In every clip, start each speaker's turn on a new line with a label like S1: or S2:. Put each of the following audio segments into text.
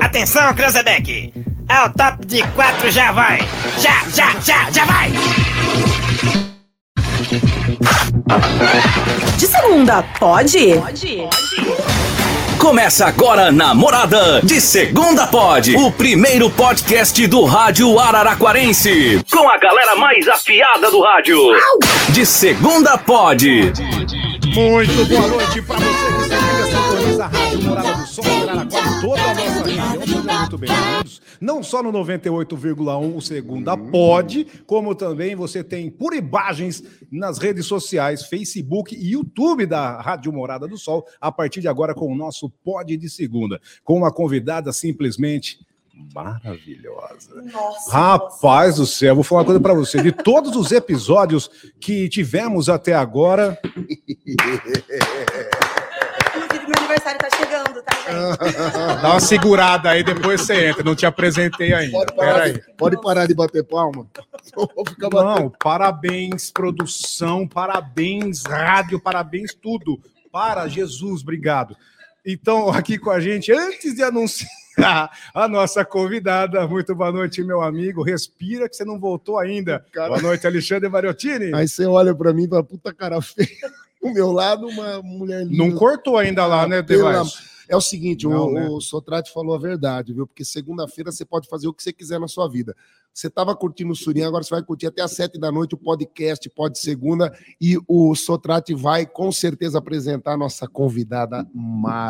S1: Atenção, Cranzebeck! É o top de 4, já vai! Já, já, já, já vai!
S2: De segunda, pode?
S3: Começa agora na Morada de Segunda Pod, o primeiro podcast do rádio araraquarense. Com a galera mais afiada do rádio. De Segunda Pod.
S4: Muito boa noite pra você que sempre sintoniza a Rádio Morada do Sol, Araraquara, toda a nossa região. Sejam muito bem-vindos. Não só no 98,1 o Segunda Pode, como também você tem por imagens nas redes sociais, Facebook e YouTube da Rádio Morada do Sol, a partir de agora com o nosso Pod de Segunda, com uma convidada simplesmente maravilhosa.
S2: Nossa.
S4: Rapaz do céu, vou falar uma coisa pra você. De todos os episódios que tivemos até agora,
S2: Inclusive, meu aniversário tá chegando, tá, gente?
S5: Dá uma segurada aí, depois você entra. Não te apresentei ainda.
S6: Pode parar, de- pode parar de bater palma. Eu vou ficar batendo.
S4: Não, parabéns, produção, parabéns, rádio, parabéns, tudo. Para Jesus, obrigado. Então, aqui com a gente, antes de anunciar a nossa convidada, muito boa noite, meu amigo. Respira que você não voltou ainda.
S6: Cara.
S4: Boa noite, Alexandre Mariottini.
S6: Aí você olha pra mim e fala, puta cara feia. Do meu lado, uma mulher linda.
S4: Não cortou ainda lá, né,
S6: Pelo
S4: Devasso?
S6: É o seguinte,
S4: Não,
S6: o,
S4: né?
S6: o Sotrate falou a verdade, viu? Porque segunda-feira você pode fazer o que você quiser na sua vida. Você estava curtindo o Surinha, agora você vai curtir até às sete da noite o podcast Pode Segunda e o Sotrate vai com certeza apresentar a nossa convidada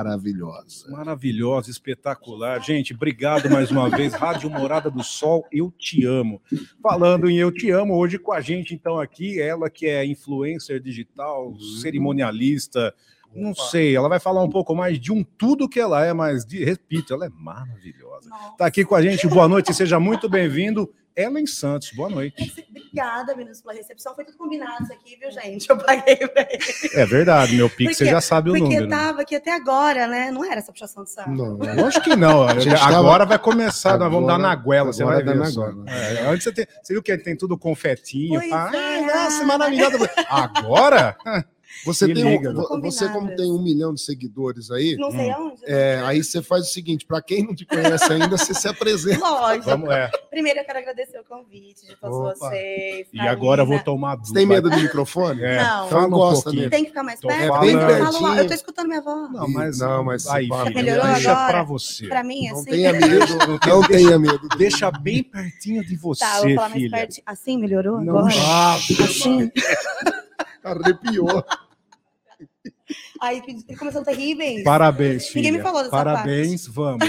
S6: maravilhosa.
S4: Maravilhosa, espetacular. Gente, obrigado mais uma vez. Rádio Morada do Sol, eu te amo. Falando em Eu Te Amo, hoje com a gente, então, aqui, ela que é influencer digital, cerimonialista, não sei, ela vai falar um pouco mais de um tudo que ela é, mas, de- repito, ela é maravilhosa.
S2: Nossa.
S4: Tá aqui com a gente, boa noite, seja muito bem-vindo. Ellen Santos, boa noite.
S2: Obrigada, meninos, pela recepção. Foi tudo combinado isso aqui, viu, gente? Eu paguei pra ele.
S4: É verdade, meu pique,
S2: Por
S4: você
S2: quê?
S4: já sabe o
S2: Porque tá
S4: número. né?
S2: tava aqui até agora, né? Não era essa puxação de saco.
S6: Não,
S4: Eu Acho que não.
S6: A gente tava-
S4: Agora vai começar, nós vamos dar
S6: Agora-
S4: na guela, você vai
S6: agora
S4: ver.
S6: dá na
S4: só.
S6: guela.
S4: É, antes você, tem, você viu que tem tudo confetinho.
S2: Pois
S4: pá.
S2: é.
S4: Ai, nossa, maravilhosa. Agora?
S6: Você,
S4: Me
S6: tem um-
S4: liga. né?
S6: vo- você como
S2: Combinadas.
S6: tem um milhão de seguidores aí,
S2: Não sei aonde. né?
S6: É, aí você faz o seguinte, para quem não te conhece ainda, você se apresenta.
S2: Lógico.
S4: Vamos, é.
S2: Primeiro, eu quero agradecer o convite de todos
S6: Opa.
S2: vocês.
S4: E
S2: Karina.
S4: agora eu vou tomar
S6: Você tem medo do microfone?
S4: É,
S2: Não.
S4: fala um
S6: Não gosta
S4: pouquinho.
S6: dele.
S2: Tem que ficar mais
S4: Tô
S2: perto?
S4: falando.
S2: Eu, falo lá, eu tô
S6: Pertinho.
S2: escutando minha voz.
S4: Não, mas.
S6: Não, mas
S4: aí,
S6: se
S4: filho,
S2: Melhorou
S4: deixa
S2: agora?
S4: pra você.
S2: Pra mim,
S6: Não
S2: assim.
S6: tenha medo, não tenha medo.
S4: Deixa bem pertinho de você,
S2: Tá, eu vou falar mais
S4: filha.
S2: perto. Assim, melhorou
S4: Não
S2: agora?
S4: sabe.
S2: Assim.
S6: Arrepiou.
S2: Aí pedi- começou a ter ribens.
S4: Parabéns, filha.
S2: Ninguém me falou dessa
S4: Parabéns, vamos.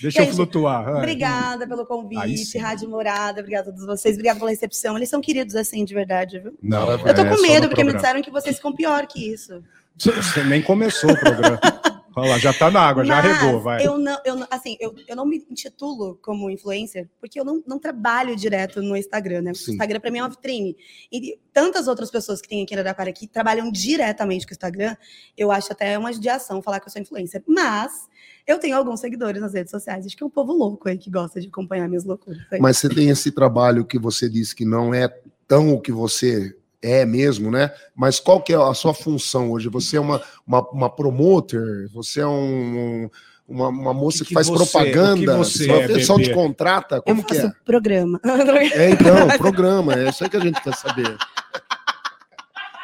S4: Deixa eu
S2: Gente,
S4: flutuar. Ai.
S2: Obrigada pelo
S4: Ah, é Aí
S2: convite,
S4: sim.
S2: Rádio Morada. Obrigada a todos vocês. Obrigada pela recepção. Eles são queridos assim, de verdade, viu?
S4: Não,
S6: Eu
S2: Eu tô
S4: é
S2: com
S4: só
S2: medo,
S4: no
S2: porque me
S4: programa.
S2: disseram que vocês ficam pior que isso.
S4: Você nem começou o programa. Olha lá, já tá na água, já
S2: Mas
S4: regou, vai.
S2: Eu não, eu não- assim, eu, eu não me intitulo como influencer, porque eu não, não trabalho direto no Instagram, né? O
S6: Sim.
S2: Instagram pra mim é uma vitrine. E tantas outras pessoas que tem aqui na Araraquara que trabalham diretamente com o Instagram, eu acho até uma judiação falar que eu sou influencer. Mas eu tenho alguns seguidores nas redes sociais. Acho que é um povo louco aí que gosta de acompanhar minhas loucuras. aí.
S6: Mas você tem esse trabalho que você disse que não é tão o que você é mesmo, né? Mas qual que é a sua função hoje? Você é uma, uma, uma promoter? Você é um, uma, uma
S4: O
S6: moça
S4: que
S6: que,
S4: que
S6: faz
S4: você- o que
S6: propaganda?
S4: você
S6: Só
S4: é,
S6: o pessoal
S4: bebê?
S6: te contrata? Como
S2: eu
S6: que
S2: faço
S6: é?
S2: programa.
S6: É, então, programa, é isso aí que a gente quer saber.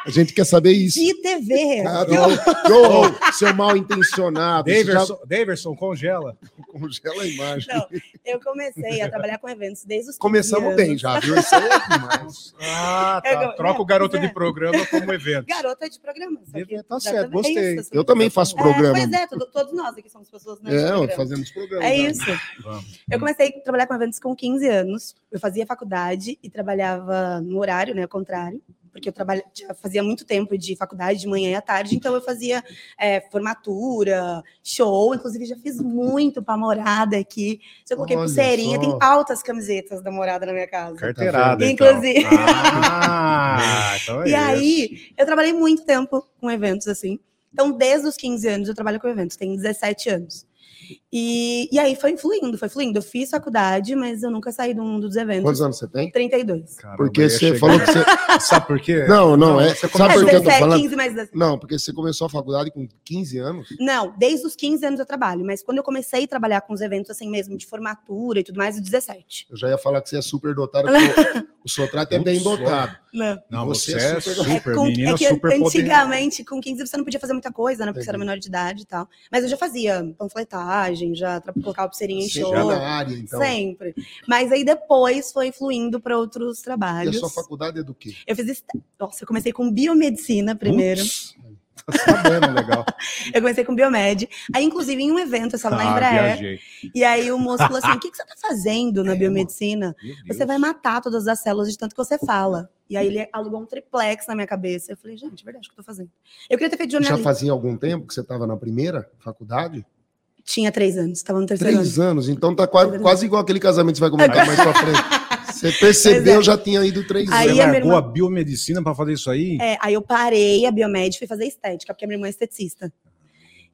S6: A gente quer saber isso.
S2: de TV.
S6: Cara, ô, ô, seu mal intencionado. você já
S4: Daverson, Daverson, congela.
S6: congela a imagem.
S2: Não, eu comecei a trabalhar com eventos desde os 15
S6: Começamos
S2: anos.
S6: bem já, viu? Isso aí é demais.
S4: Ah,
S2: É, não,
S4: Troca o
S2: não,
S4: garoto
S2: pois
S4: de
S2: é.
S4: programa como evento.
S2: Garota de programa. só que-
S4: Deve-
S2: já
S4: Tá certo,
S2: também- é
S4: gostei.
S2: isso,
S6: Eu também faço
S2: É,
S6: programa.
S2: pois é, todo- todos nós aqui somos pessoas, né? de programa.
S6: É, fazemos programa.
S2: É
S6: né?
S2: isso. Eu comecei a trabalhar com eventos com 15 anos. Eu fazia faculdade e trabalhava no horário, né? Ao contrário. Porque eu trabalha, já fazia muito tempo de faculdade, de manhã e à tarde. Então, eu fazia é, formatura, show. Inclusive, já fiz muito pra morada aqui. Já coloquei
S6: Olha
S2: pulseirinha.
S6: só.
S2: Tem altas camisetas da morada na minha casa.
S4: Carteirada. então.
S2: Inclusive.
S4: Ah, então é
S2: E
S4: isso.
S2: aí, eu trabalhei muito tempo com eventos assim. Então, desde os 15 anos eu trabalho com eventos, tenho 17 anos. E, e aí foi fluindo, foi fluindo. Eu fiz faculdade, mas eu nunca saí do mundo dos eventos.
S6: Quantos anos você
S2: Ah,
S6: tem?
S2: 32.
S4: Caramba,
S6: Porque
S4: ia
S6: você
S4: chegar-
S6: falou que você.
S4: Sabe por quê?
S6: Não, não, é.
S2: É,
S6: Sabe por que eu tô
S2: 17,
S6: falando?
S2: 15 mais 17.
S6: Não, porque você começou a faculdade com 15 anos.
S2: Não, desde os 15 anos eu trabalho, mas quando eu comecei a trabalhar com os eventos assim mesmo, de formatura e tudo mais, os 17.
S6: Eu já ia falar que você é super dotado, porque o Sotrato é bem
S4: Putz,
S6: dotado.
S2: Não.
S4: Não,
S6: Você
S4: você,
S6: é
S4: é
S6: super-
S4: super,
S2: é, com,
S4: menina
S2: é que
S4: super poderosa.
S2: antigamente, com 15, você não podia fazer muita coisa, né? Porque você era
S6: Entendi.
S2: menor de idade e tal. Mas eu já fazia panfletagem, já tra- colocava pulseirinha em
S6: Você
S2: show.
S6: já na área, então.
S2: Sempre. Mas aí depois foi fluindo para outros
S6: E a
S2: trabalhos.
S6: sua faculdade é do quê?
S2: Eu fiz. est- Nossa, eu comecei com biomedicina primeiro.
S6: Tá sabendo, legal.
S2: Eu comecei com biomed. Aí, inclusive, em um evento, eu
S6: Ah,
S2: estava na Embraer.
S4: Ah, viajei.
S2: E aí o moço falou assim: o que, que você tá fazendo
S6: É,
S2: na biomedicina?
S4: Meu Deus.
S2: Você vai matar todas as células de tanto que você fala. E aí ele alugou um triplex na minha cabeça. Eu falei, gente, é verdade o que eu tô fazendo. Eu queria ter feito
S6: Já
S2: jornalismo.
S6: fazia algum tempo que você estava na primeira faculdade?
S2: Tinha três anos, tava no terceiro ano.
S6: Três anos, então tá quase, quase igual aquele casamento que você vai comentar mais pra frente. Você
S2: Pois
S6: percebeu,
S2: é.
S6: já tinha ido três
S2: Aí
S6: anos.
S4: Você
S2: a minha
S4: largou
S2: irmã-
S4: a biomedicina pra fazer isso aí?
S2: É, aí eu parei a biomed e fui fazer estética, porque a minha irmã é esteticista.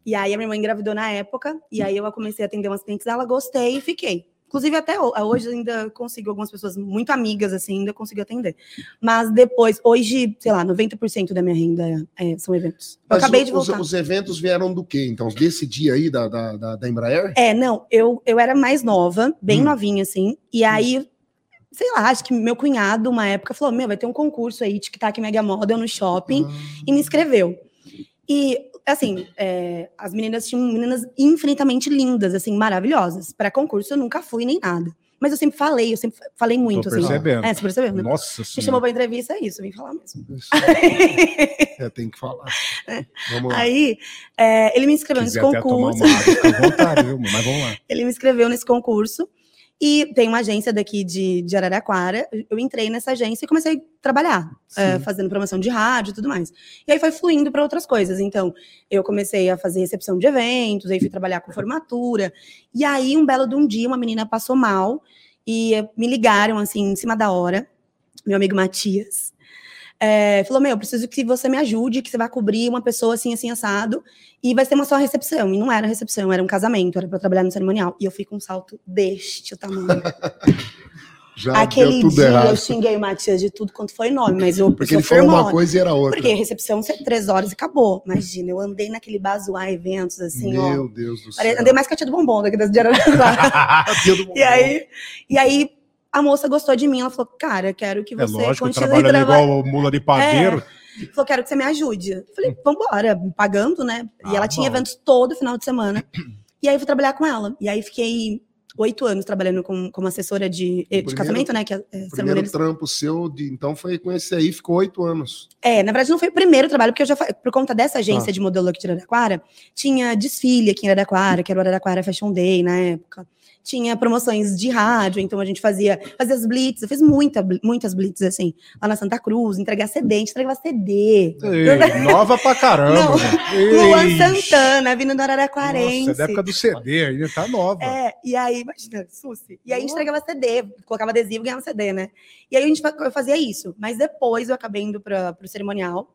S2: E aí a minha irmã engravidou na época, e aí eu comecei a atender umas clientes dela, gostei e fiquei. Inclusive, até ho- hoje ainda consigo algumas pessoas muito amigas, assim, ainda consigo atender. Mas depois, hoje, sei lá, 90% da minha renda é- é- são eventos. Eu
S6: Mas
S2: acabei
S6: o-
S2: de
S6: os,
S2: voltar.
S6: os eventos vieram do quê, então? Desse dia aí da, da, da, da Embraer?
S2: É, não, eu, eu era mais nova,
S4: Hum.
S2: bem novinha, assim, e aí, sei lá, acho que meu cunhado, uma época, falou: Meu, vai ter um concurso aí, tic-tac mega model no shopping,
S4: Ah.
S2: e me inscreveu. E, assim, é, as meninas tinham meninas infinitamente lindas, assim, maravilhosas. Para concurso eu nunca fui nem nada. Mas eu sempre falei, eu sempre falei muito, assim.
S4: percebendo.
S2: É, você percebeu, né?
S4: Nossa
S2: Me chamou
S4: senhora.
S2: pra entrevista, é isso, vim falar mesmo.
S6: Isso. é, tem que falar. Vamos lá.
S2: Aí, é, ele me inscreveu nesse
S4: Quiser até tomar
S2: concurso.
S4: uma água, fica à vontade, viu? Mas vamos lá.
S2: Ele me inscreveu nesse concurso e tem uma agência daqui de, de Araraquara. Eu entrei nessa agência e comecei a trabalhar, eh, fazendo promoção de rádio e tudo mais. E aí foi fluindo para outras coisas. Então, eu comecei a fazer recepção de eventos, aí fui trabalhar com formatura. E aí, um belo de um dia, uma menina passou mal e eh, me ligaram, assim, em cima da hora, meu amigo Matias. eh, falou, meu, eu preciso que você me ajude, que você vai cobrir uma pessoa assim, assim, assado e vai ser uma só recepção. E não era recepção, era um casamento, era pra eu trabalhar no cerimonial. E eu fui com um salto deste tamanho.
S6: Já
S2: Aquele
S6: deu tudo
S2: dia eu
S6: errado.
S2: xinguei o Matias de tudo quanto foi nome, mas eu
S6: Porque
S2: eu
S6: ele
S2: sou
S6: falou uma
S2: formona.
S6: coisa e era outra.
S2: Porque recepção cê- três horas e acabou. Imagina, eu andei naquele bazuar eventos assim, ó.
S6: Meu Deus do céu. Ah,
S2: Pare- Andei mais que a tia do bombom daqui das de Araraquara.
S6: Tia do
S2: e aí, e aí a moça gostou de mim, ela falou: "Cara, quero que
S4: É
S2: você
S4: lógico, eu
S2: continue
S4: trabalho ali
S2: trabalhando".
S4: igual o mula de padeiro.
S2: Falou, quero que você me ajude. Eu
S6: Hum.
S2: Falei, vambora, me pagando, né? E
S4: Ah,
S2: ela tinha
S4: bom.
S2: eventos todo final de semana. E aí eu fui trabalhar com ela. E aí fiquei oito anos trabalhando com, como assessora de, eh, de
S6: primeiro-
S2: casamento, né? Que é, é,
S6: O
S2: cerimônia
S6: primeiro trampo seu, de, então, foi com esse aí, ficou oito anos.
S2: É, na verdade não foi o primeiro trabalho, porque eu já fa- por conta dessa agência
S6: Ah.
S2: de modelo aqui de Araraquara, tinha desfile aqui em Araraquara, que era o Araraquara Fashion Day na época. Tinha promoções de rádio, então a gente fazia, fazia as blitz, eu fiz muita, bl- muitas blitz assim, lá na Santa Cruz, entregar CD, a gente entregava CD.
S4: Ei, nova pra caramba.
S2: É. Não.
S4: velho.
S2: Luan
S4: Ixi.
S2: Santana, vindo do
S4: Nossa, é da
S2: Araraquarense.
S4: época do CD, ainda tá nova.
S2: É, e aí, imagina, Susi. E aí a gente entregava CD, colocava adesivo e ganhava CD, né? E aí a gente fa- eu fazia isso. Mas depois eu acabei indo para o cerimonial.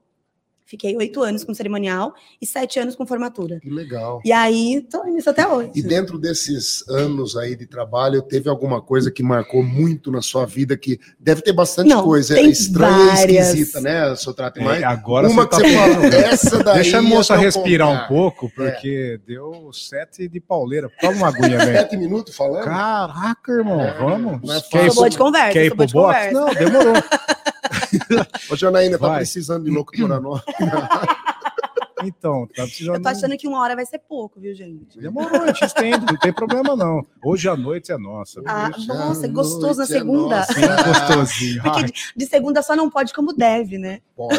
S2: Fiquei oito anos com cerimonial e sete anos com formatura.
S6: Que legal.
S2: E aí, tô nisso até hoje.
S6: E dentro desses anos aí de trabalho, teve alguma coisa que marcou muito na sua vida que deve ter bastante
S2: Não,
S6: coisa É
S2: tem
S6: estranha e
S2: várias.
S6: esquisita, né, Sotrato? Mas
S4: É, agora
S6: uma que
S4: tá
S6: você fala,
S4: falando.
S6: essa daí. é
S4: Deixa a moça
S6: eu É. vou
S4: respirar
S6: contar.
S4: um pouco, porque deu sete de pauleira. Toma uma aguinha, velho.
S6: Sete minutos falando?
S4: Caraca, irmão, vamos.
S6: É. Mas
S2: sou
S4: Quer ir
S2: boa
S4: pro-
S2: de conversa,
S4: quer ir
S2: sou boa
S4: pro
S2: de
S4: box?
S2: conversa.
S4: Não, demorou.
S6: Ô, Janaína, tá
S4: Vai.
S6: precisando de locutora nova.
S4: Então, tá precisando.
S2: Eu tô achando que uma hora vai ser pouco, viu, gente?
S4: Demorou, a gente tem, não tem problema não. Hoje à noite é nossa.
S2: Ah,
S6: Hoje
S2: nossa,
S6: à
S2: gostoso na
S6: noite é
S2: segunda.
S6: nossa.
S4: Bem gostosinho. Ah,
S2: Porque
S4: Ai,
S2: de, de segunda só não pode como deve, né?
S6: Pode.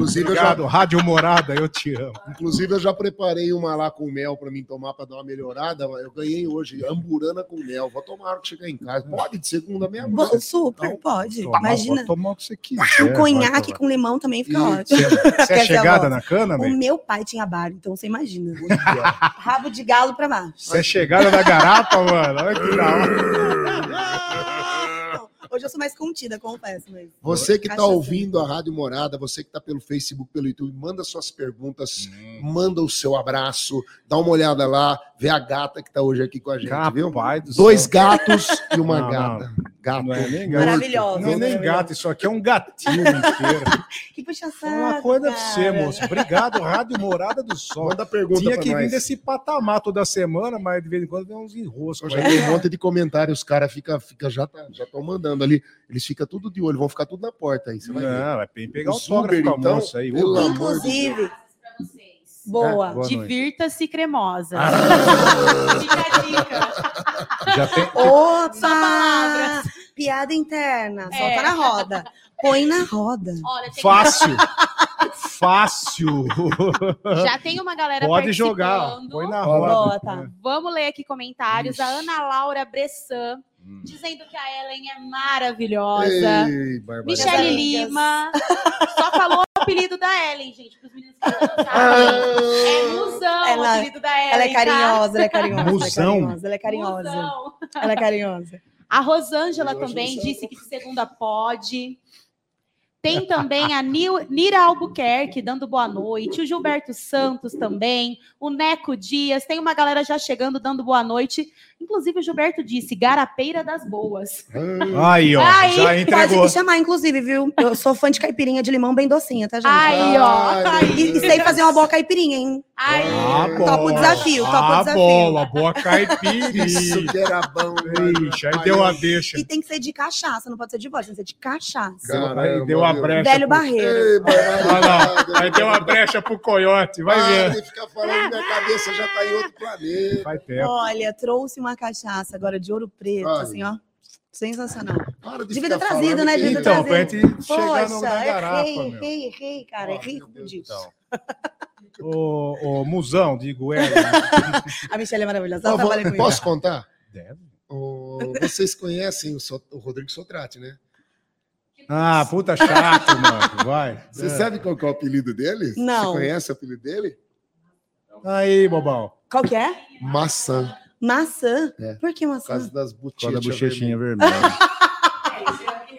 S6: Inclusive, eu já,
S4: Obrigado, Rádio Morada, eu te amo.
S6: inclusive, eu já preparei uma lá com mel pra mim tomar pra dar uma melhorada. mas Eu ganhei hoje, amburana com mel. Vou tomar a hora que chegar em casa. Pode, de segunda mesmo.
S2: Bo-
S6: né?
S2: Super,
S6: Então,
S2: pode.
S4: Toma,
S2: Imagina.
S4: pode tomar o que você quiser.
S2: Um
S4: vai,
S2: conhaque
S4: vai.
S2: com limão também fica
S6: E-
S2: ótimo.
S4: Você você
S2: Quer
S4: é
S2: dizer,
S4: chegada
S2: amor,
S4: na cana,
S2: O
S4: velho?
S2: meu pai tinha bar, então você imagina.
S6: olha,
S7: É.
S2: Rabo de galo pra baixo.
S4: Você é chegada na garapa, mano? Olha que da hora.
S2: Não, Hoje eu sou mais contida, confesso. Mas
S6: Você
S7: tá
S6: que está
S2: Cachaça.
S6: ouvindo a Rádio Morada, você que está pelo Facebook, pelo YouTube, manda suas perguntas,
S7: Hum.
S6: manda o seu abraço, dá uma olhada lá, vê a gata que está hoje aqui com a gente, viu?
S7: Capaz do
S6: Dois gatos e uma
S7: Não,
S6: gata. Gato.
S7: Não é nem gato.
S2: Maravilhosa.
S7: Não é nem gato, isso aqui é um gatinho inteiro.
S2: Que puxa
S7: Foi uma
S2: saco,
S7: coisa pra
S2: Ah, cara.
S7: você, moço. Obrigado, Rádio Morada do Sol.
S6: Manda pergunta
S7: Tinha
S6: pra
S7: que vir
S6: nós.
S7: desse patamar toda semana, mas de vez em quando vem uns enroscos.
S6: Já
S7: aí.
S6: tem um monte de comentários, os caras fica, fica, já estão já tão mandando ali. Eles ficam tudo de olho, vão ficar tudo na porta aí. Você vai ver.
S7: Não, é bem pegar
S6: O
S7: autógrafo
S6: Super,
S7: com a
S6: então,
S7: moça aí.
S6: pelo
S7: Ô,
S6: amor
S2: Inclusive, boa.
S7: Boa noite. Ah.
S8: Divirta-se cremosa. Fica a dica.
S7: Já tem...
S2: Opa!
S8: Só palavras.
S2: Piada interna. Solta
S8: É.
S2: na roda. Põe na roda.
S8: Olha, tem-
S7: Fácil. Fácil.
S8: já tem uma galera
S7: Pode jogar.
S8: participando.
S7: Põe na roda.
S2: Boa, tá.
S8: Vamos ler aqui comentários. A Ana Laura Bressan
S7: Hum.
S8: dizendo que a Ellen é maravilhosa.
S6: Ei, Bárbara.
S8: Tá.
S2: Amigas.
S8: Michele Lima só falou o apelido da Ellen, gente, pros meninos que não sabem. É
S6: Ah,
S8: Musão
S2: Ela-
S8: o apelido da Ellen.
S2: Ela é carinhosa, ela é carinhosa.
S7: Musão.
S2: Ela é carinhosa. Ela é
S8: tá?
S2: carinhosa.
S8: Musão.
S2: Ela é carinhosa.
S8: A Rosângela
S6: Eu acho
S8: também
S6: isso-
S4: é
S8: disse que de segunda pode. Tem também a Nil- Nira Albuquerque dando boa noite, o Gilberto Santos também, o Neco Dias, tem uma galera já chegando dando boa noite. Inclusive, o Gilberto disse, garapeira das boas.
S7: Aí, ó.
S8: Aí,
S7: já
S2: Pode
S7: entregou.
S2: me chamar, inclusive, viu? Eu sou fã de caipirinha de limão bem docinha, tá, gente?
S6: Ah,
S8: Aí, ó.
S6: Ai,
S8: Aí, é
S2: E, e sei fazer uma boa caipirinha, hein?
S8: aí.
S4: tá
S7: Ah,
S2: Topa o
S7: boa.
S2: desafio, topa o
S4: Ah,
S2: desafio.
S4: bola, boa caipirinha.
S6: Isso que é era bom.
S4: Ixi, aí deu a deixa.
S2: E tem que ser de cachaça, não pode ser de vodka, tem que ser de cachaça.
S6: Caramba,
S4: aí deu a
S6: meu.
S4: brecha.
S2: Velho
S4: pro-
S2: Barreiro.
S6: Ei, Bárbara.
S4: Olha lá, aí deu a brecha pro coiote, vai
S6: Para
S4: ver.
S6: de ficar falando, minha cabeça já tá em outro planeta.
S4: Faz tempo.
S2: Olha, trouxe uma cachaça agora de ouro preto,
S6: Ai.
S2: assim, ó. Sensacional.
S6: Para de
S2: Devia ter
S6: ficar
S2: trazido,
S6: falando
S2: né,
S6: que-
S2: devia ter
S4: Então, pra gente chegar no
S2: Poxa, é
S4: da garapa,
S2: errei,
S4: meu.
S2: errei, errei, cara.
S6: Ó,
S2: Errei
S6: meu
S2: como
S6: Deus
S2: disso.
S6: do céu.
S7: Ô, ô, Musão, digo, é.
S4: né?
S2: A Michelle é maravilhosa,
S6: Ó,
S2: ela
S6: vou-
S2: trabalha comigo.
S6: posso contar?
S7: Deve.
S6: Ô, vocês conhecem o, Sot- o Rodrigo Sotrate, né?
S7: Ah, puta chato, mano. Vai.
S6: Você sabe qual que é o apelido dele?
S2: Não.
S6: Você conhece o apelido dele?
S7: Aí, bobão.
S2: Qual que é?
S6: Maçã,
S2: Maçã.
S6: É.
S2: Por que
S6: por
S2: maçã?
S6: causa das
S7: Por causa da
S6: bochechas.
S7: bochechinha
S6: é
S7: vermelha.
S6: vermelhas.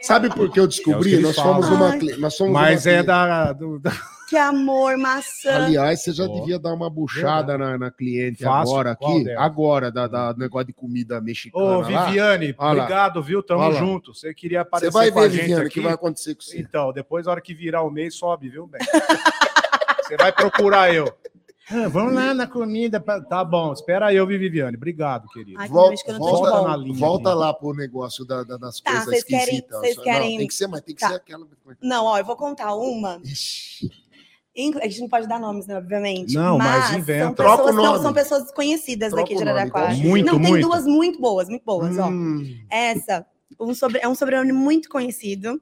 S6: Sabe por que eu
S7: É o
S6: descobri?
S7: que ele
S6: nós,
S7: fala.
S6: fomos numa
S2: Ai.
S6: cli- nós fomos
S7: Mas
S6: numa
S7: é
S6: cli-
S7: da, do- da-
S2: Que amor, maçã.
S6: Aliás, você já
S7: Ó.
S6: devia dar uma buchada na, na cliente
S7: Faço.
S6: agora
S7: Qual
S6: aqui.
S7: dela?
S6: Agora, da, da negócio de comida mexicana.
S7: Ô,
S6: lá.
S7: Viviane,
S6: Olha lá.
S7: obrigado, viu? Tamo
S6: Olha lá.
S7: junto. Você queria
S6: Você
S7: aparecer
S6: vai
S7: com a
S6: ver,
S7: gente
S6: Viviane, o
S7: aqui.
S6: que vai acontecer com você.
S7: Então, depois, na hora que virar o mês, sobe, viu, bem? Você vai procurar eu. Ah, vamos lá na comida. pra- Tá bom, espera eu, viu, Viviane. Obrigado, querido.
S2: Ai, que
S6: Vol-
S2: mexicano tudo
S6: volta
S2: bom.
S7: na linha
S6: volta
S7: aqui.
S6: lá pro negócio da- da- das
S2: Tá,
S6: coisas
S2: vocês querem-
S6: esquisitas.
S2: vocês querem-
S6: Não, tem que ser, mas tem que
S2: Tá.
S6: ser aquela.
S2: Não, ó, eu vou contar uma.
S6: Ixi,
S2: Inclu- A gente não pode dar nomes, né, obviamente.
S7: Não, mas inventa.
S2: São
S6: Troca o
S2: pessoas,
S6: nome.
S2: Não, são pessoas desconhecidas
S6: Troca
S2: daqui
S6: o
S2: de
S6: nome,
S2: Araraquara.
S6: igual.
S7: Muito,
S2: não, tem
S7: muito.
S2: duas muito boas, muito boas, ó.
S6: hum,
S2: Essa um sobre, é um sobrenome muito conhecido.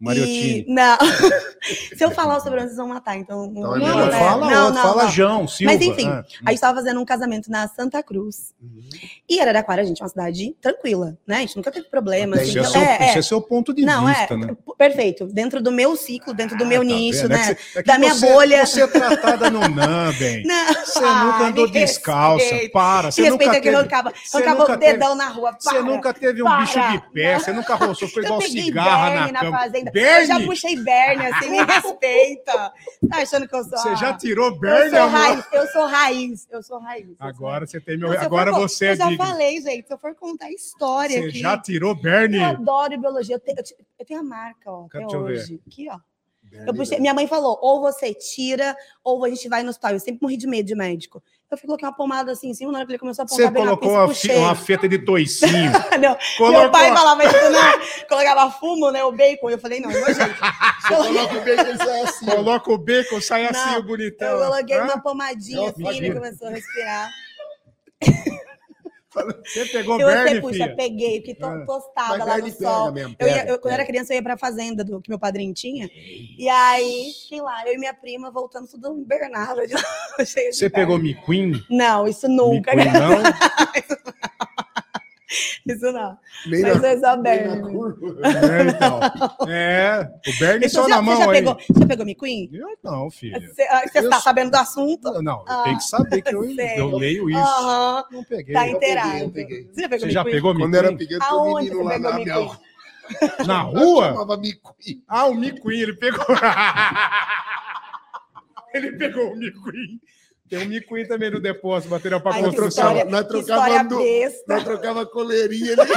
S7: Mariotini.
S2: E, não. Se eu falar o sobrenome, vocês vão matar, então.
S6: Não,
S7: Não,
S6: é melhor.
S2: né?
S7: fala
S2: Não,
S7: outro,
S2: não,
S7: fala
S2: não.
S7: João, Silva.
S2: Mas enfim,
S7: Ah,
S2: a gente estava fazendo um casamento na Santa Cruz.
S7: Uhum.
S2: E Araraquara, gente, é uma cidade tranquila, né? A gente nunca teve problemas.
S6: Tem
S7: esse, é
S2: então-
S7: seu,
S2: é,
S7: esse
S2: é.
S7: é seu ponto de
S2: Não,
S7: vista,
S2: é.
S7: né?
S2: Perfeito. Dentro do meu ciclo, dentro do meu
S7: Ah, tá
S2: nicho,
S7: vendo? É que
S2: né?
S7: você- é que
S2: Da minha
S7: você-
S2: bolha.
S7: Você é tratada no NAN, bem.
S2: Não.
S7: Você
S2: Ah,
S7: nunca andou
S2: me
S7: descalça.
S2: respeita.
S7: Para.
S2: Se
S7: Você nunca
S2: respeita que eu
S7: teve,
S2: arrancava,
S7: você
S2: arrancava
S7: nunca
S2: o dedão na rua.
S7: você
S2: para.
S7: nunca teve um
S2: Para.
S7: bicho de pé. Você nunca roçou. Foi
S2: Eu
S7: igual
S2: peguei
S7: cigarra na
S2: berne na,
S7: cama.
S2: fazenda.
S7: Berne?
S2: Eu já puxei berne, assim, me respeita. Tá achando que eu sou.
S4: Você
S2: a-
S4: já tirou
S2: eu
S4: Bernie,
S2: sou
S4: amor?
S2: raiz, eu sou raiz, eu sou raiz. eu sou
S4: Agora
S2: raiz.
S4: você tem meu.
S2: Não, se eu
S4: Agora
S2: for con-
S4: você
S2: Eu
S4: é
S2: já
S4: digno.
S2: falei, gente, se eu for contar a história
S4: Você
S2: aqui.
S4: já tirou
S2: Eu
S4: Bernie?
S2: adoro biologia. Eu, te- eu te- eu tenho a marca, ó, até
S7: Deixa eu ver.
S2: hoje. Aqui, ó. Eu puxei- minha mãe falou: ou você tira, ou a gente vai no hospital. Eu sempre morri de medo de médico. Eu fui coloquar uma pomada assim em cima, na hora que ele começou a apontar
S7: Você
S2: bem na
S7: colocou
S2: pista, eu
S7: uma, fi-
S2: puxei.
S7: uma feta de toicinho.
S2: Não,
S7: colocou.
S2: Meu pai falava isso, né? Colocava fumo, né? O bacon. Eu falei, não, imagina.
S6: Coloca o bacon e sai assim. ó.
S4: Coloca o bacon, sai assim,
S2: Não,
S4: o bonitão.
S2: Eu coloquei
S4: Hã?
S2: uma pomadinha
S4: Não,
S2: assim, ele
S4: imagina.
S2: começou a respirar.
S4: Você pegou
S2: Eu você
S4: Bernie,
S2: puxa,
S4: filha?
S2: peguei, fiquei to-
S4: Ah,
S2: tostada
S6: Mas
S2: lá
S6: ele
S2: no
S6: pega
S2: sol.
S6: mesmo, É,
S2: Eu ia-
S6: pega,
S2: eu- quando eu
S4: é.
S2: era
S6: pega.
S2: criança, eu ia pra fazenda do que meu padrinho tinha. E aí, fiquei lá, eu e minha prima voltando tudo invernada. De lá, cheia de
S7: Você
S2: perna.
S7: pegou miquim?
S2: Não, isso nunca.
S7: Miquim não?
S2: Isso não.
S6: Nem
S2: Mas
S6: na-
S2: eu sou
S6: nem na
S2: Bernie.
S6: curva.
S4: É, então. É, o Bernie
S2: Então,
S4: só
S2: você já-
S4: na
S2: você
S4: mão
S2: já
S4: aí.
S2: pegou, você já pegou McQueen?
S4: Eu não, filha.
S2: Você, ah, você
S4: Eu
S2: tá
S4: sou-
S2: sabendo do assunto?
S4: Não, não, eu
S2: Ah,
S4: tenho que saber que eu,
S2: sei.
S4: eu leio isso.
S2: Aham,
S4: Não peguei.
S2: tá
S6: eu peguei, eu
S2: inteirado.
S6: peguei.
S2: Você já pegou
S4: Você já
S2: McQueen?
S4: pegou
S6: Quando eu era
S4: miquim?
S6: pequeno, tinha um
S2: Aonde
S6: menino
S2: você
S6: lá
S2: pegou
S6: na minha
S2: McQueen?
S4: Na rua?
S6: Chamava Micuí.
S4: Ah, o micuim, ele pegou. ele pegou o micuim. Tem um micuim também no depósito, material para
S2: Ai, que
S4: construção.
S2: história,
S6: nós
S2: que
S6: trocava
S2: história
S6: no-
S2: besta.
S6: Nós trocava coleirinha ali.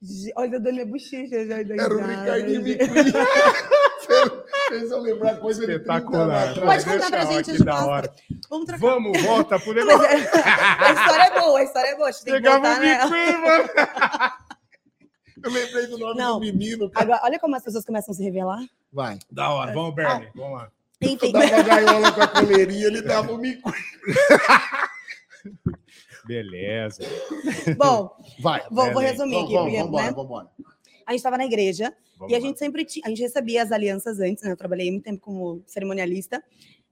S2: Ge- Olha, eu dou minha bochecha já. da
S6: Era um o
S2: risada,
S6: Ricardinho
S2: gente.
S6: Micuí. Fez eu lembrar coisa de 30 anos
S4: Espetacular.
S6: atrás.
S2: Pode contar pra
S4: Legal,
S2: gente,
S4: que
S2: Ju,
S4: da
S2: nossa.
S4: hora.
S2: Vamos trocar.
S4: Vamos, volta pro
S2: Mas
S4: negócio.
S2: é- a história é boa, a história é boa. A gente tem que
S4: Pegava
S2: voltar né? nela.
S4: o micuim, mano.
S6: Eu lembrei do nome
S2: Não.
S6: do menino. cara.
S2: Agora, olha como as pessoas começam a se revelar.
S6: Vai.
S4: Da hora, vamos, Bernie. Ah. Vamos lá.
S2: Enfim,
S6: Eu dava a gaiola com a coleirinha, ele dava o Micuí.
S4: Beleza.
S2: bom,
S6: Vai.
S2: vou, vou
S4: Beleza.
S2: resumir
S6: É, né? Vamos,
S2: aqui.
S6: vamos,
S2: porque,
S6: vamos embora,
S2: né?
S6: vamos embora.
S2: A gente estava na igreja
S4: Vamos
S2: e a
S4: lá.
S2: gente sempre tinha, a gente recebia as alianças antes, né? Eu trabalhei muito tempo como cerimonialista.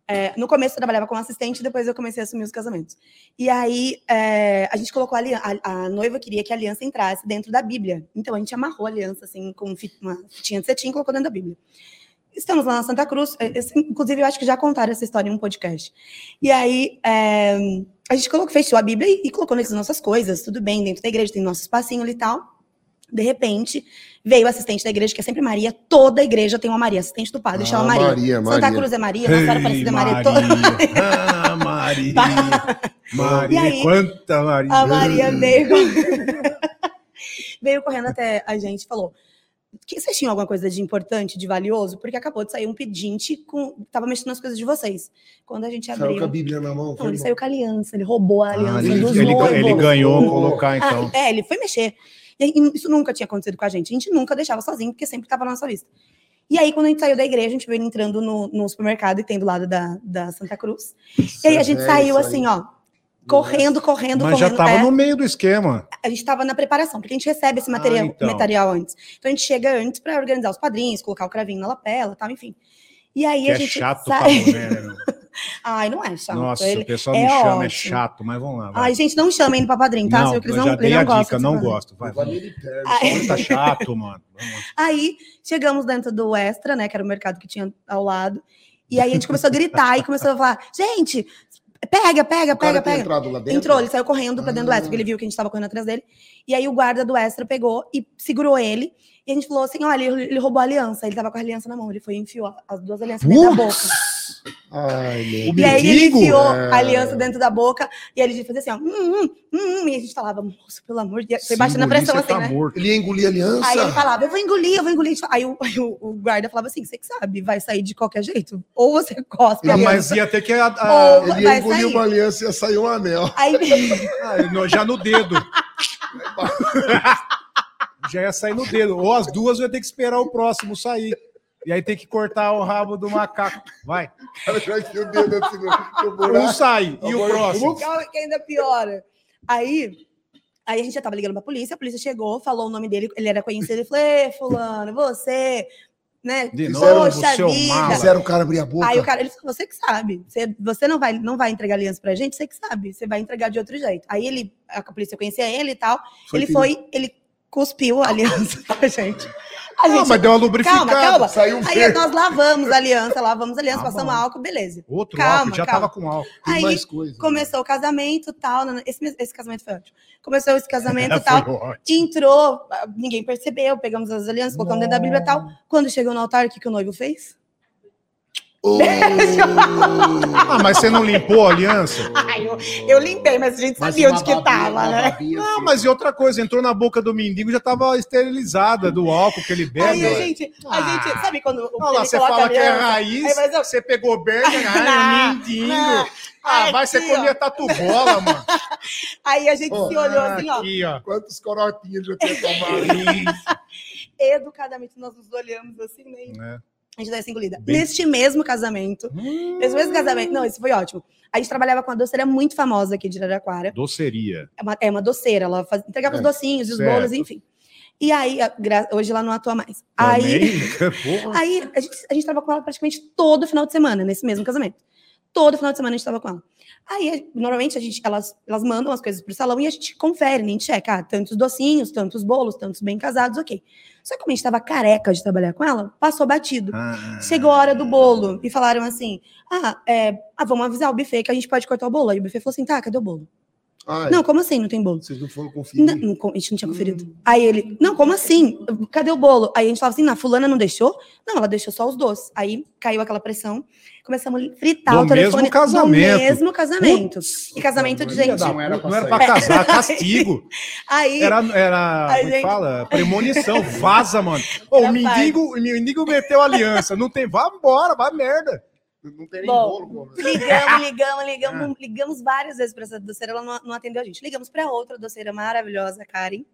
S2: É, no começo eu trabalhava como assistente, depois eu comecei a assumir os casamentos. E aí é, a gente colocou a, alian- a, a noiva queria que a aliança entrasse dentro da Bíblia. Então a gente amarrou a aliança assim com fi- uma fitinha de cetim e colocou dentro da Bíblia. Estamos lá na Santa Cruz, é, esse- inclusive eu acho que já contaram essa história em um podcast. E aí é, a gente colocou, fechou a Bíblia e, e colocou nas nossas coisas, tudo bem, dentro da igreja tem nosso espacinho ali e tal. De repente, veio o assistente da igreja, que é sempre Maria. Toda igreja tem uma Maria. Assistente do padre chama
S6: Ah,
S2: Maria.
S6: Maria,
S2: Santa
S6: Maria.
S2: Cruz é Maria, Nossa Senhora Aparecida é Maria. to-
S4: Ah, Maria. Maria,
S2: Tá. E aí,
S4: quanta Maria.
S2: A Maria veio... veio correndo até a gente e falou... Que vocês tinham alguma coisa de importante, de valioso? Porque acabou de sair um pedinte com. Tava mexendo nas coisas de vocês. Quando a gente
S6: Saiu com a
S2: abriu.
S6: Bíblia na mão.
S2: Não,
S6: foi
S2: ele
S6: bom.
S2: saiu com a aliança, ele roubou a aliança
S4: Ah,
S2: um
S4: ele,
S2: dos
S4: ele-
S2: noivos.
S4: ele ganhou
S6: Oh.
S4: colocar,
S2: Ah,
S4: então.
S2: é, ele foi mexer. E aí, isso nunca tinha acontecido com a gente. A gente nunca deixava sozinho, porque sempre estava na nossa vista. E aí, quando a gente saiu da igreja, a gente veio entrando no, no supermercado e tem do lado da, da Santa Cruz. E aí a gente
S6: É,
S2: saiu
S6: isso aí.
S2: assim, ó. Correndo, correndo,
S4: Mas já
S2: correndo. É,
S4: estava no meio do esquema.
S2: A gente estava na preparação, porque a gente recebe esse material,
S4: Ah, então.
S2: material antes. Então a gente chega antes para organizar os padrinhos, colocar o cravinho na lapela, tal, enfim. E aí
S4: Que
S2: a
S4: é
S2: gente
S4: chato pra
S2: sai.
S4: morrer, né, meu?
S2: Ai, não é chato.
S4: Nossa,
S2: Ele-
S4: o pessoal
S2: é
S4: me chama, é
S2: ótimo.
S4: chato, mas vamos lá. vai.
S2: Ai, gente, não chamem ele para padrinho, tá? Você viu
S4: não,
S2: que eles
S4: eu
S2: não,
S4: já
S2: ele
S4: dei
S2: não
S4: a
S2: gosta
S4: dica,
S2: de
S4: não
S2: padrinho.
S4: gosto. Vai,
S6: Eu
S4: vai.
S6: falei, "Pera,
S2: Ah,
S4: Muito Tá chato, mano. Vamos lá.
S2: Aí chegamos dentro do Extra, né? Que era o mercado que tinha ao lado. E aí a gente começou a gritar e começou a falar: gente, pega, pega,
S6: O cara
S2: pega,
S6: tem
S2: pega.
S6: entrado lá dentro?
S2: Entrou, ele saiu correndo pra dentro do
S6: Ah.
S2: Extra, porque ele viu que a gente tava correndo atrás dele. E aí o guarda do Extra pegou e segurou ele. E a gente falou assim: olha, ele, ele roubou a aliança. Ele tava com a aliança na mão, ele foi e enfiou as duas alianças dentro da
S6: Uh,
S2: boca.
S6: Ai, meu
S4: O
S2: E aí ele
S4: mendigo?
S2: enfiou
S6: É.
S2: a aliança dentro da boca. E aí ele fazia assim: ó, hum, hum, hum, hum. E a gente falava: moço, pelo amor de Deus. Foi
S4: Se
S2: baixando a
S4: engolir,
S2: pressão
S4: você
S2: assim,
S4: tá
S2: né?
S4: morto.
S6: Ele ia engolir a aliança?
S2: Aí ele falava, eu vou engolir, eu vou engolir. Aí o, aí o- o guarda falava assim, você que sabe, vai sair de qualquer jeito. Ou você cospe.
S4: Ah,
S2: a
S4: mas
S2: aliança."
S4: ia ter que. a- a-
S2: Ou vai
S6: Ele ia engolir
S2: sair.
S6: uma aliança e ia sair um anel.
S2: Aí,
S4: ah, no- já no dedo. já ia sair no dedo. Ou as duas ia ter que esperar o próximo sair. E aí tem que cortar o rabo do macaco. Vai.
S6: Ela já enfia o dedo assim no, no
S4: Um
S6: buraco.
S4: sai e o
S6: Agora,
S4: próximo.
S2: calma que ainda piora. Aí, aí a gente já tava ligando pra polícia, a polícia chegou, falou o nome dele, ele era conhecido, ele falou, "Ê, fulano, você, né?
S4: De
S6: Fizeram
S4: novo,
S2: Poxa
S4: seu
S2: vida.
S4: mala.
S6: Fizeram o cara abrir a boca.
S2: Aí o cara, ele falou, você que sabe, você, você não, vai, não vai entregar aliança pra gente, você que sabe, você vai entregar de outro jeito. Aí ele, a polícia conhecia ele e tal, ele
S6: pedir.
S2: foi, ele cuspiu a aliança pra gente. A
S4: Ah,
S2: gente
S4: mas deu uma lubrificada.
S2: Calma, calma.
S6: Saiu um
S2: Aí
S6: verde.
S2: nós lavamos a aliança, lavamos a aliança,
S4: Tá
S2: passamos
S4: bom.
S2: álcool, beleza.
S4: Outro
S2: Calma,
S4: álcool, já
S2: calma.
S4: tava com álcool.
S6: Tem
S2: Aí
S6: mais coisa.
S2: começou o casamento tal. nan- Esse, mes- esse casamento foi ótimo. Começou esse casamento
S4: Foi
S2: tal.
S4: ótimo.
S2: Entrou, ah, ninguém percebeu, pegamos as alianças, colocamos dentro da Bíblia tal. Quando chegou no altar, o que, que o noivo fez?
S6: Oh,
S4: Ah, mas você não limpou a aliança?
S2: Ai, eu, eu limpei, mas a gente
S6: mas
S2: sabia
S6: uma
S2: onde que
S6: babinha,
S2: tava,
S6: uma
S2: né?
S6: babinha
S4: Não,
S6: assim.
S4: mas e outra coisa, entrou na boca do mendigo já tava esterilizada do álcool que ele bebe.
S2: Aí a
S4: ué.
S2: gente, a gente,
S4: Ah.
S2: sabe quando o
S4: Olha lá,
S2: ele
S4: você
S2: coloca a
S4: fala que é
S2: aliança?
S4: raiz,
S2: Aí, mas eu-
S4: você pegou berga, ai,
S2: Não,
S4: o mendigo.
S2: não.
S4: Ah, vai,
S2: Aqui,
S4: você comia tatu bola, mano.
S2: Aí a gente
S6: Ó,
S2: se olhou assim, ó.
S4: Aqui, ó.
S6: Quantos corotinhos já tinha tomado?
S2: Educadamente nós nos olhamos assim, né? A gente dá essa engolida.
S4: Bem-
S2: Neste mesmo casamento, nesse mesmo
S4: Hum.
S2: casamento, não, isso foi ótimo. A gente trabalhava com uma doceira é muito famosa aqui de Araraquara.
S4: Doceria.
S2: É uma, é uma doceira, ela faz- entregava os
S6: É,
S2: docinhos, os bolos,
S4: certo.
S2: enfim. E aí, a- gra- hoje ela não atua mais. Aí,
S4: Também? Porra.
S2: aí a, gente, a gente tava com ela praticamente todo final de semana, nesse mesmo casamento. Todo final de semana a gente tava com ela. Aí, normalmente, a gente, elas, elas mandam as coisas pro salão e a gente confere, nem checa. Ah, tantos docinhos, tantos bolos, tantos bem casados, ok. Só que como a gente tava careca de trabalhar com ela, passou batido.
S4: Ah,
S2: Chegou a hora do bolo e falaram assim: ah, é, ah, vamos avisar o buffet que a gente pode cortar o bolo. Aí o buffet falou assim: tá, cadê o bolo?
S6: Ai,
S2: Não, como assim? Não tem bolo?
S6: vocês não foram conferir.
S2: Não, não co- a gente não tinha conferido. Aí ele, não, como assim? Cadê o bolo? Aí a gente falava assim, na fulana não deixou? Não, ela deixou só os doces. Aí caiu aquela pressão, começamos a fritar
S7: Do
S2: o telefone.
S7: mesmo casamento.
S2: Do mesmo casamento. e casamento de gente.
S4: Ah. Não era pra,
S6: Não era
S4: sair. casar, castigo.
S2: Aí,
S4: Era, era
S2: Ai,
S4: como é que
S2: gente.
S4: fala? Premonição, vaza, mano. Ô, o
S2: Rapaz.
S4: mendigo, o mendigo meteu aliança. Não tem, vá embora, vá merda.
S6: Não tem nem
S2: Bom.
S6: bolo, pô.
S2: ligamos, ligamos, ligamos,
S7: Ah.
S2: ligamos várias vezes para essa doceira, ela não, não atendeu a gente. Ligamos para outra doceira maravilhosa, Karen.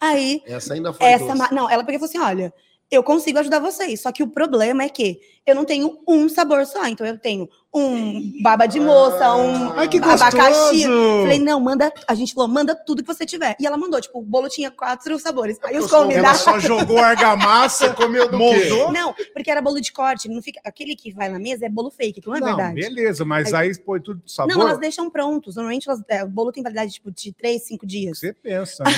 S2: Aí,
S6: Essa ainda foi
S2: essa,
S6: doce.
S2: ma- não, ela pegou e falou assim: olha, eu consigo ajudar vocês, só que o problema é que eu não tenho um sabor só, então eu tenho um baba de moça, um
S6: Ai, que
S2: abacaxi. Falei, não, manda. A gente falou, manda tudo que você tiver. E ela mandou, tipo, o bolo tinha quatro sabores. Aí os
S6: Ela
S4: Ela
S2: convidados.
S4: é só jogou argamassa,
S6: comeu do quê?
S4: moldou.
S2: Não, porque era bolo de corte, não fica. Aquele que vai na mesa é bolo fake, que não é verdade.
S4: beleza, mas aí põe tudo de sabor.
S2: Não, elas deixam prontos. Normalmente elas- é, o bolo tem validade tipo, de três, cinco dias.
S4: Você pensa. né?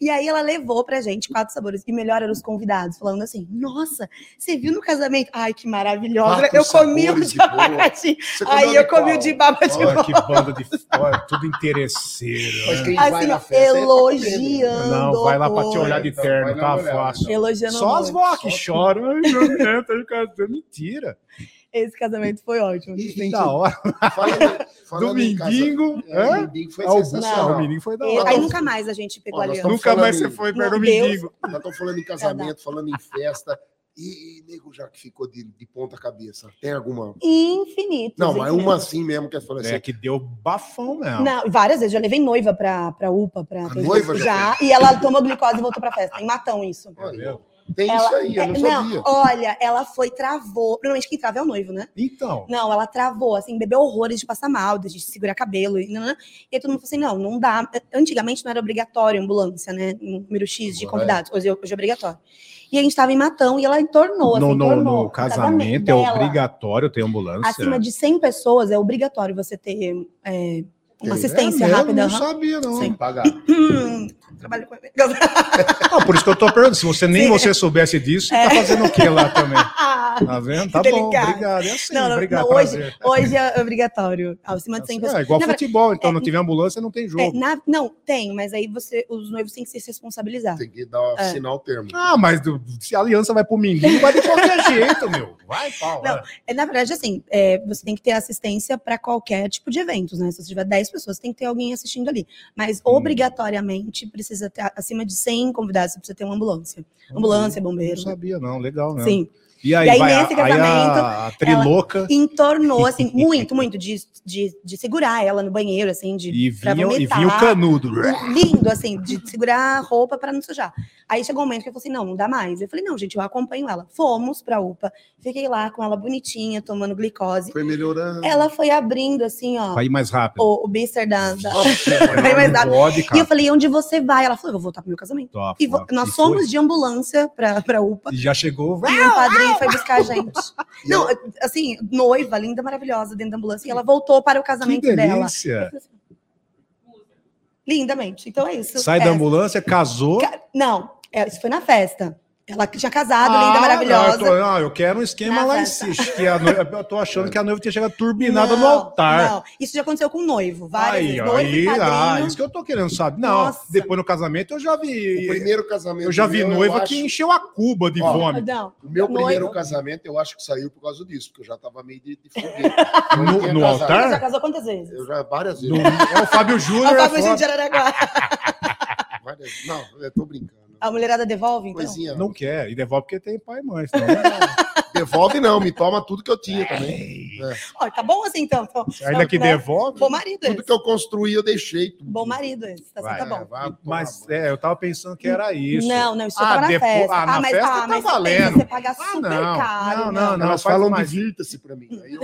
S2: e aí ela levou pra gente quatro sabores. E melhor eram os convidados, falando assim: nossa, você viu no casamento? Ai, que maravilhosa!
S6: Quatro
S2: eu comi o
S6: sabores
S2: de
S6: de bolo.
S2: abacaxi.
S6: Você comeu
S2: Aí eu
S6: de
S2: comi
S6: qual?
S2: o de baba de
S4: Olha que banda de fora, tudo interesseiro.
S6: Mas
S4: né?
S6: quem vai
S2: Assim,
S6: na
S2: ó,
S6: festa é pra comer, né?
S2: elogiando.
S4: Não, vai lá pra te
S2: horrores.
S4: olhar de
S6: Então,
S4: terno,
S6: vai
S4: tá
S6: dar uma
S4: fácil.
S2: Elogiando
S4: Só as
S2: horrores.
S4: vó que choram. Ai, meu Deus, tá de casa- Mentira.
S2: Esse casamento foi ótimo.
S4: Que
S6: Ih, gente,
S4: da hora.
S6: falando- falando em casa-
S4: Dominguinho.
S6: É,
S4: hã?
S6: Dominguinho foi
S4: Ah, o-
S6: sensacional.
S4: O menino foi da
S2: E-
S4: hora.
S2: aí nunca mais a gente pegou
S6: Ó,
S2: a
S6: nós
S2: aliança.
S6: tamo-
S4: Nunca mais
S6: falando
S4: você
S6: em-
S4: foi
S2: Meu
S4: perto do
S2: Deus.
S4: mendigo.
S6: Nós estamos falando
S2: É
S6: em casamento, falando em festa. E, e nego já que ficou de, de ponta cabeça. Tem alguma?
S2: Infinitos.
S6: Não, mas uma
S2: infinitos.
S6: assim mesmo que eu falei assim.
S4: É que deu bafão mesmo.
S2: Não, várias vezes. Já levei noiva pra, pra UPA. Pra, assim,
S6: A noiva já
S2: já. E ela tomou glicose e voltou pra festa. Em Matão, isso.
S6: olha, tem
S2: Ela-
S6: isso aí, eu não
S2: é,
S6: sabia.
S2: olha, ela foi, travou. Normalmente quem trava é o noivo, né?
S4: Então,
S2: Não, ela travou, assim, bebeu horrores de passar mal, de segurar cabelo. E, nananã. e aí todo mundo falou assim: não, não dá. Antigamente não era obrigatório ambulância, né? Um número X de
S6: Agora é.
S2: convidados. Hoje, é- hoje é obrigatório. E a gente tava em Matão e ela entornou, assim,
S4: no, no-
S2: tornou.
S4: no
S2: O
S4: casamento é
S2: dela,
S4: obrigatório ter ambulância.
S2: Acima de 100 pessoas é obrigatório você ter é,
S6: Tem.
S2: uma assistência
S4: É mesmo?
S2: rápida.
S4: Não
S2: aham.
S4: sabia, não.
S2: Sim.
S4: Pagar.
S2: Hum, trabalho com
S4: Ah, por isso que eu tô perguntando. Se você nem
S2: Sim.
S4: você soubesse disso, você
S2: É.
S4: tá fazendo o que lá também? Tá vendo? Tá
S2: Que
S4: bom,
S2: delicado.
S4: obrigado. É assim,
S2: Não, não,
S4: obrigado.
S2: não, hoje-
S4: prazer.
S2: Hoje é obrigatório. Acima de 100 pessoas.
S4: É igual
S2: Na verdade,
S4: futebol, então
S2: é-
S4: não tiver ambulância, não tem
S2: É,
S4: jogo.
S2: na- não, tem, mas aí você, os noivos têm que se responsabilizar.
S6: Tem que dar,
S2: É.
S6: assinar o termo.
S4: Ah, mas do- se a aliança vai pro mendigo, vai de qualquer jeito, meu. Vai, pau.
S2: Não,
S4: vai.
S2: É, na verdade, assim, é, você tem que ter assistência para qualquer tipo de eventos, né? Se você tiver 10 pessoas, tem que ter alguém assistindo ali. Mas
S4: Uhum.
S2: obrigatoriamente precisa ter acima de 100 convidados, você precisa ter uma ambulância. Ambulância,
S4: Não
S2: bombeiro.
S4: sabia, não. Legal, né?
S2: Sim.
S4: E aí,
S2: E aí,
S4: vai,
S2: nesse
S4: a- aí a, a
S2: casamento,
S4: triloca
S2: Entornou, assim, muito, muito de, de, de segurar ela no banheiro, assim, de
S4: e,
S2: pra
S4: vinha, e
S2: vomitar.
S4: vinha o canudo.
S2: lindo, assim, de segurar a roupa para não sujar. Aí chegou um momento que eu falei assim: não, não dá mais. Eu falei: não, gente, eu acompanho ela. Fomos pra UPA, fiquei lá com ela bonitinha, tomando glicose.
S6: Foi melhorando.
S2: Ela foi abrindo, assim, ó,
S4: Vai ir mais rápido.
S2: o, o blister da. da-
S4: Não,
S2: mas
S4: não
S2: dá-
S4: pode,
S2: E
S4: cara.
S2: eu falei: onde você vai? Ela falou: eu vou voltar pro meu casamento.
S4: Tá,
S2: E vo-
S4: foda.
S2: nós
S4: E
S2: fomos de ambulância pra, pra UPA.
S4: foi. E já chegou.
S2: E um padrinho foi buscar a gente. Não, assim, noiva, linda, maravilhosa, dentro da ambulância. E ela voltou para o
S4: Que
S2: casamento dela.
S4: delícia.
S2: Lindamente. Então é isso.
S4: Sai
S2: É,
S4: da ambulância, casou.
S2: Ca- Não, é, isso foi na festa. Ela tinha casado,
S4: Ah,
S2: linda,
S4: não,
S2: maravilhosa.
S4: eu, tô- não, eu quero um esquema
S2: Na
S4: lá em
S2: festa.
S4: Six, que a noiva- eu tô achando que a noiva tinha chegado turbinada no
S2: Não,
S4: altar.
S2: Não, isso já aconteceu com o noivo. Várias
S4: aí,
S2: vezes.
S4: ó,
S2: Noivo e
S4: aí, ah,
S2: padrinho.
S4: isso que eu tô querendo saber. Não,
S2: Nossa.
S4: depois no casamento eu já vi.
S6: O primeiro casamento.
S4: eu já vi
S6: meu,
S4: noiva
S6: acho-
S4: que encheu a cuba de
S6: Ó,
S4: vômito.
S2: Não,
S6: O meu
S2: Noiva.
S6: primeiro casamento, eu acho que saiu por causa disso, porque eu já tava meio de, de fogueira. Eu
S4: No-
S6: tinha
S4: no
S6: casado.
S4: altar?
S2: você já casou quantas vezes?
S6: Eu já várias
S4: No-
S6: vezes.
S4: é o Fábio
S2: A
S4: Júnior. é
S2: Fábio
S4: foda.
S2: Gente de Araraquara.
S6: Várias- Não, eu tô brincando.
S2: A mulherada devolve, então?
S6: Coisinha.
S4: Não quer, e devolve porque tem pai e mãe. senão-
S6: Devolve não, me toma tudo que eu
S2: É.
S6: tinha também.
S2: Ó, tá bom assim, então. então
S4: Ainda que
S2: Né?
S4: devolve.
S2: Bom marido esse.
S6: Tudo que eu construí, eu deixei. Tudo.
S2: Bom marido esse. Tá,
S4: Vai,
S2: tá bom.
S6: vai tomar
S4: Mas
S6: banho.
S4: é, eu tava pensando que era isso.
S2: Não, não, isso só
S4: Ah,
S2: tava na
S4: depois-
S2: festa.
S4: ah, na
S2: mas,
S4: festa tá
S2: mas pensa,
S4: valendo.
S2: Você paga
S4: Ah,
S2: super
S4: não.
S2: caro.
S4: Não, não, não.
S6: Elas
S4: faz
S6: falam
S4: mais.
S6: divirta-se pra mim. Aí eu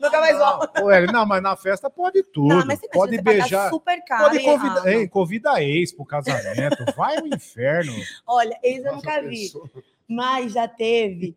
S2: Nunca mais volta.
S4: Ô, Hélio, não, mas na festa pode tudo.
S2: Não, mas você imagina,
S4: pode
S2: você paga
S4: beijar.
S2: super caro.
S4: Pode
S2: e-
S4: convidar.
S2: ah,
S4: ei, convida a ex pro casamento. Vai no inferno.
S2: não. Olha, eles eu
S6: Nossa,
S2: nunca vi.
S6: pessoa-
S2: Mas já teve.